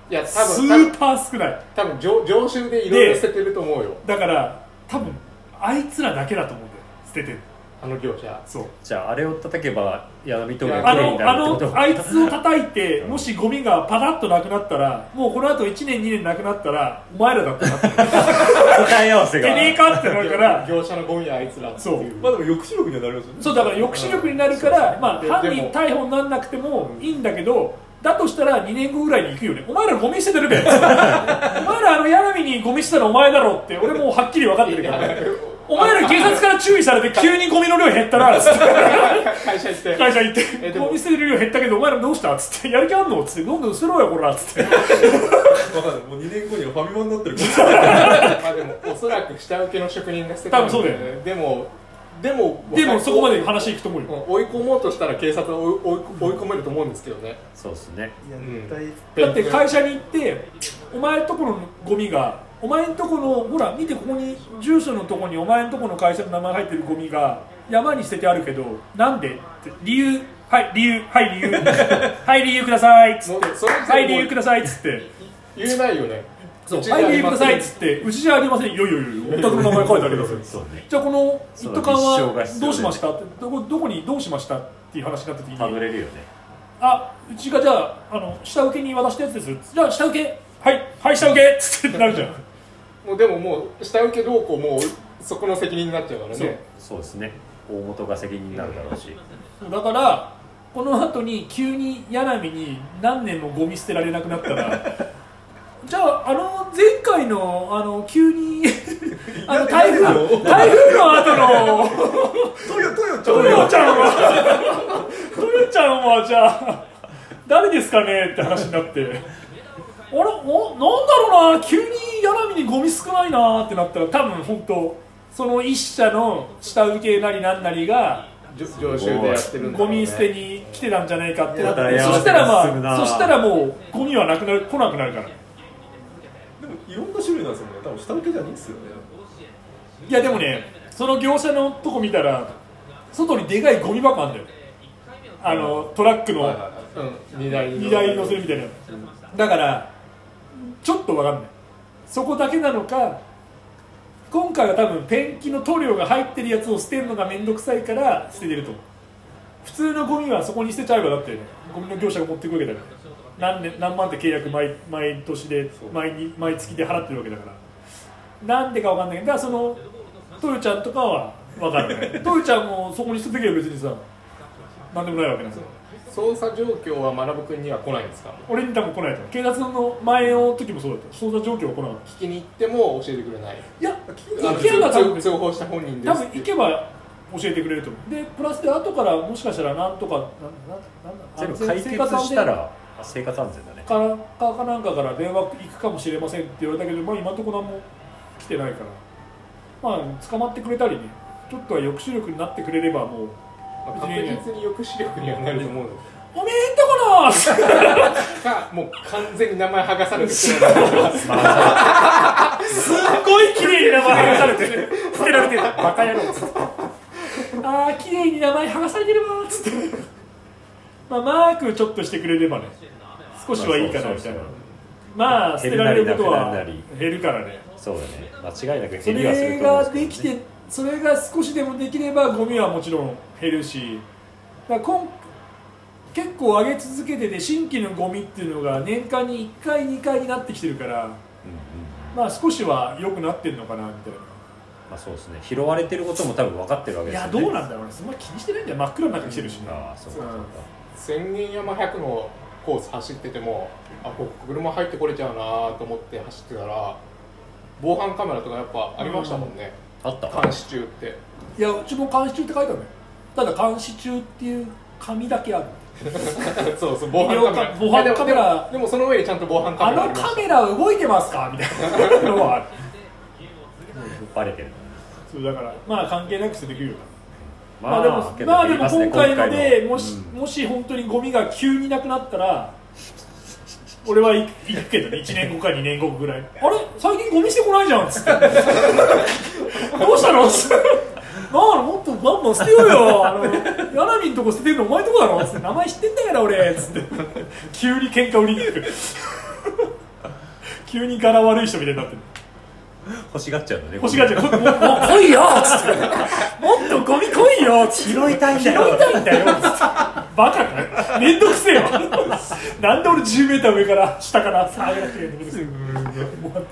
[SPEAKER 1] い
[SPEAKER 3] や多
[SPEAKER 1] ス
[SPEAKER 3] 分
[SPEAKER 1] ーパー少ない
[SPEAKER 3] 多分常常習でいろいろ捨ててると思うよ
[SPEAKER 1] だから多分あいつらだけだと思うんだよ捨ててる
[SPEAKER 3] あの業者
[SPEAKER 1] そう
[SPEAKER 2] じゃああれを叩けば柳峠が
[SPEAKER 1] あ
[SPEAKER 2] きれいに
[SPEAKER 1] の
[SPEAKER 2] な
[SPEAKER 1] あ
[SPEAKER 2] るってこと
[SPEAKER 1] のあいつを叩いてもしゴミがパラッとなくなったらもうこのあと1年2年なくなったらお前らだったなって
[SPEAKER 2] 答え合わ
[SPEAKER 1] て
[SPEAKER 2] せが
[SPEAKER 1] ねえかってなるから
[SPEAKER 3] 業者のゴミはあいつらって
[SPEAKER 1] そう
[SPEAKER 3] いう
[SPEAKER 4] まあでも抑止力にはなりますよね
[SPEAKER 1] そうだから抑止力になるから、まあ、
[SPEAKER 3] で
[SPEAKER 1] 犯
[SPEAKER 3] で
[SPEAKER 1] 人
[SPEAKER 3] も
[SPEAKER 1] 逮捕にならなくてもいいんだけど、だとしたら2年後ぐらいに行くよねお前らゴミ捨ててるべ お前らあの柳にゴミ捨てたのお前だろって俺もうはっきり分かってるからお前ら警察から注意されて急にゴミの量減ったなっつって
[SPEAKER 3] 会社行って
[SPEAKER 1] 会社行っ
[SPEAKER 3] え
[SPEAKER 1] て
[SPEAKER 3] でも
[SPEAKER 1] ゴミ捨てる量減ったけどお前らどうしたっつってやる気あんのっつってどんどん捨てろよこらっつって
[SPEAKER 4] わかんないもう2年後にはファミマになってるか
[SPEAKER 3] まあでもおそらく下請けの職人が捨て
[SPEAKER 1] 多分そうだよ
[SPEAKER 3] ねでもでも
[SPEAKER 1] でもそこまで話いくと思うよ
[SPEAKER 3] うん追い込もうとしたら警察は追い追い追い込めると思うんですけどね
[SPEAKER 2] そうですね
[SPEAKER 5] 絶対
[SPEAKER 1] だって会社に行ってお前んとこのゴミがお前んとこのほら見てここに住所のとこにお前んとこの会社の名前入ってるゴミが山に捨ててあるけどなんでって理由はい理由はい理由 はい理由くださいっつ
[SPEAKER 3] も
[SPEAKER 1] っ
[SPEAKER 3] う
[SPEAKER 1] て
[SPEAKER 3] それ
[SPEAKER 1] はい理由くださいっつって
[SPEAKER 3] 言えないよね
[SPEAKER 1] そう
[SPEAKER 3] ち
[SPEAKER 1] は
[SPEAKER 3] に
[SPEAKER 1] い
[SPEAKER 3] あ
[SPEAKER 1] 理
[SPEAKER 3] り
[SPEAKER 1] 由くだ
[SPEAKER 3] ません
[SPEAKER 1] さいっつってうちじゃありませんよいやいやいやお宅の名前書いてありますよ
[SPEAKER 2] そうね
[SPEAKER 1] じゃあこの一
[SPEAKER 2] そうだ
[SPEAKER 1] 斗缶
[SPEAKER 2] 立
[SPEAKER 1] は
[SPEAKER 2] 証が必要だよね
[SPEAKER 1] どうしましたってどこどこにどうしましたっていう話になった時に
[SPEAKER 2] たどれるよね
[SPEAKER 1] あうちがじゃああの下請けに渡したやつですじゃあ下請けはいはい下請けっつってなるじゃ ん
[SPEAKER 3] もうでももう下請けどうこうもうそこの責任になっちゃうからね
[SPEAKER 2] そうですね大元が責任になるだろうし
[SPEAKER 1] だからこの後に急に柳に何年もゴミ捨てられなくなったら じゃああの前回のあの急 にあの台風台風の後の
[SPEAKER 4] らトヨトヨちゃん
[SPEAKER 1] ト
[SPEAKER 4] は
[SPEAKER 1] ヨちゃんはトヨちゃんはじゃあ誰ですかねって話になってあれおなんだろうな急に柳にゴミ少ないなってなったら多分本当その一社の下請けなりなんなりが
[SPEAKER 3] じょ常習でやってるんだ
[SPEAKER 1] ゴ
[SPEAKER 3] ろうね
[SPEAKER 1] ミ捨てに来てたんじゃないかってなっ
[SPEAKER 2] い
[SPEAKER 1] て
[SPEAKER 2] や
[SPEAKER 1] そしたら
[SPEAKER 2] 幸せです
[SPEAKER 1] ま
[SPEAKER 2] な
[SPEAKER 1] あそしたらもうゴミはなくなる来なくなるからい
[SPEAKER 4] でもいろんな種類なんですよね多分下請けじゃないんですよね
[SPEAKER 1] やでもねその業者のとこ見たら外にでかいゴミ箱あんだよあのトラック
[SPEAKER 3] はい
[SPEAKER 1] の
[SPEAKER 3] はいはいうん荷台
[SPEAKER 1] 荷台に乗せるみたいなだからちょっとわかんないそこだけなのか今回は多分ペンキの塗料が入ってるやつを捨てるのが面倒くさいから捨ててると思う普通のゴミはそこに捨てちゃえばだってゴミの業者が持っていくわけだから何年何万って契約毎毎年で毎に毎月で払ってるわけだからなんでかわかんないけどだからそのトヨちゃんとかはわかるねトヨちゃんもそこに捨ててけば別にさ何でもないわけなんですよ
[SPEAKER 3] 捜査状況は学君には来ないんですか
[SPEAKER 1] 俺に多分来ないと思う警察の前の時もそうだった捜査状況は来なかった
[SPEAKER 3] 聞きに行っても教えてくれない
[SPEAKER 1] いや
[SPEAKER 3] あの
[SPEAKER 1] 行けば多分
[SPEAKER 3] 通通報した本人で
[SPEAKER 1] 多
[SPEAKER 3] す
[SPEAKER 1] 分
[SPEAKER 3] って
[SPEAKER 1] 行けば教えてくれると思うでプラスで後からもしかしたらなんとかなん
[SPEAKER 2] 全
[SPEAKER 1] なんなん
[SPEAKER 2] 部解決したらあ生活安全だね
[SPEAKER 1] からかかなんかから電話行くかもしれませんって言われたけど、まあ、今のところ何も来てないから、まあ、捕まってくれたりねちょっとは抑止力になってくれればもう
[SPEAKER 3] まあ確実に抑止力にはなると思うの
[SPEAKER 1] 「おめえんとこの!」
[SPEAKER 3] かもう完全に名前剥がされてくれない
[SPEAKER 1] すっごい綺麗に名前剥がされてる捨てられてるバカ野郎っつってああ綺麗に名前剥がされてるわーっつって まあマークちょっとしてくれればね少しはいいかなみたいな
[SPEAKER 2] まあ
[SPEAKER 1] まあ捨てられることは
[SPEAKER 2] 減るなりなくなるな
[SPEAKER 1] 減るからね
[SPEAKER 2] そうそうそうだね間違いなく
[SPEAKER 1] そ
[SPEAKER 2] 減りはす
[SPEAKER 1] れ
[SPEAKER 2] ると思
[SPEAKER 1] が
[SPEAKER 2] うん
[SPEAKER 1] で
[SPEAKER 2] で
[SPEAKER 1] き
[SPEAKER 2] すけどね
[SPEAKER 1] てそれが少しでもできればゴミはもちろん減るしだから今結構上げ続けてて新規のゴミっていうのが年間に1回2回になってきてるから
[SPEAKER 2] うんうん
[SPEAKER 1] まあ少しは良くなってるのかなみたいな
[SPEAKER 2] まあそうですね拾われてることも多分分かってるわけ
[SPEAKER 1] い
[SPEAKER 2] ですよ
[SPEAKER 1] や
[SPEAKER 2] ね
[SPEAKER 1] どうなんだろうねそんな気にしてないんだよ真っ暗の中来てるしね
[SPEAKER 2] ああそうかそうか
[SPEAKER 3] 千人山100のコース走っててもあここ車入ってこれちゃうなと思って走ってたら防犯カメラとかやっぱありましたもんね、
[SPEAKER 2] あった
[SPEAKER 3] 監視中って
[SPEAKER 1] いやうちも監視中って書いてあるのよただ監視中っていう紙だけある
[SPEAKER 3] そう そう防犯カメラ
[SPEAKER 1] 防犯カメラ
[SPEAKER 3] いやでもでもでもその上でちゃんと防犯カ
[SPEAKER 1] あ
[SPEAKER 3] メラ
[SPEAKER 1] の
[SPEAKER 3] りました
[SPEAKER 1] カメラ動いてますかみたいなのはある
[SPEAKER 2] バレてる
[SPEAKER 1] そうだからまあ関係なくしてできるよ
[SPEAKER 2] ま
[SPEAKER 1] まあでも
[SPEAKER 2] けど
[SPEAKER 1] まあで
[SPEAKER 2] 言い
[SPEAKER 1] も
[SPEAKER 2] すね
[SPEAKER 1] 今回のでも
[SPEAKER 2] う
[SPEAKER 1] し
[SPEAKER 2] ん
[SPEAKER 1] もし本当にゴミが急になくなったら俺は行くけどね1年後か2年後ぐらいあれ最近ゴミしてこないじゃんっつって どうしたのっ つってなあもっとバンバン捨てようよあの柳のとこ捨ててるのお前のとこだろっつって名前知ってんだから俺っつって 急に喧嘩売りに行く 急に柄悪い人みたいになってる
[SPEAKER 2] 欲しがっちゃうのね
[SPEAKER 1] 欲しがっちゃうもうもう来いよっつってもっとゴミ来いよっつって
[SPEAKER 2] 拾いたいんだよ
[SPEAKER 1] 拾いたいんだよっつってバカかよめんどくせえよなんで俺 10m 上から下からさあ上がってくるんだけどもう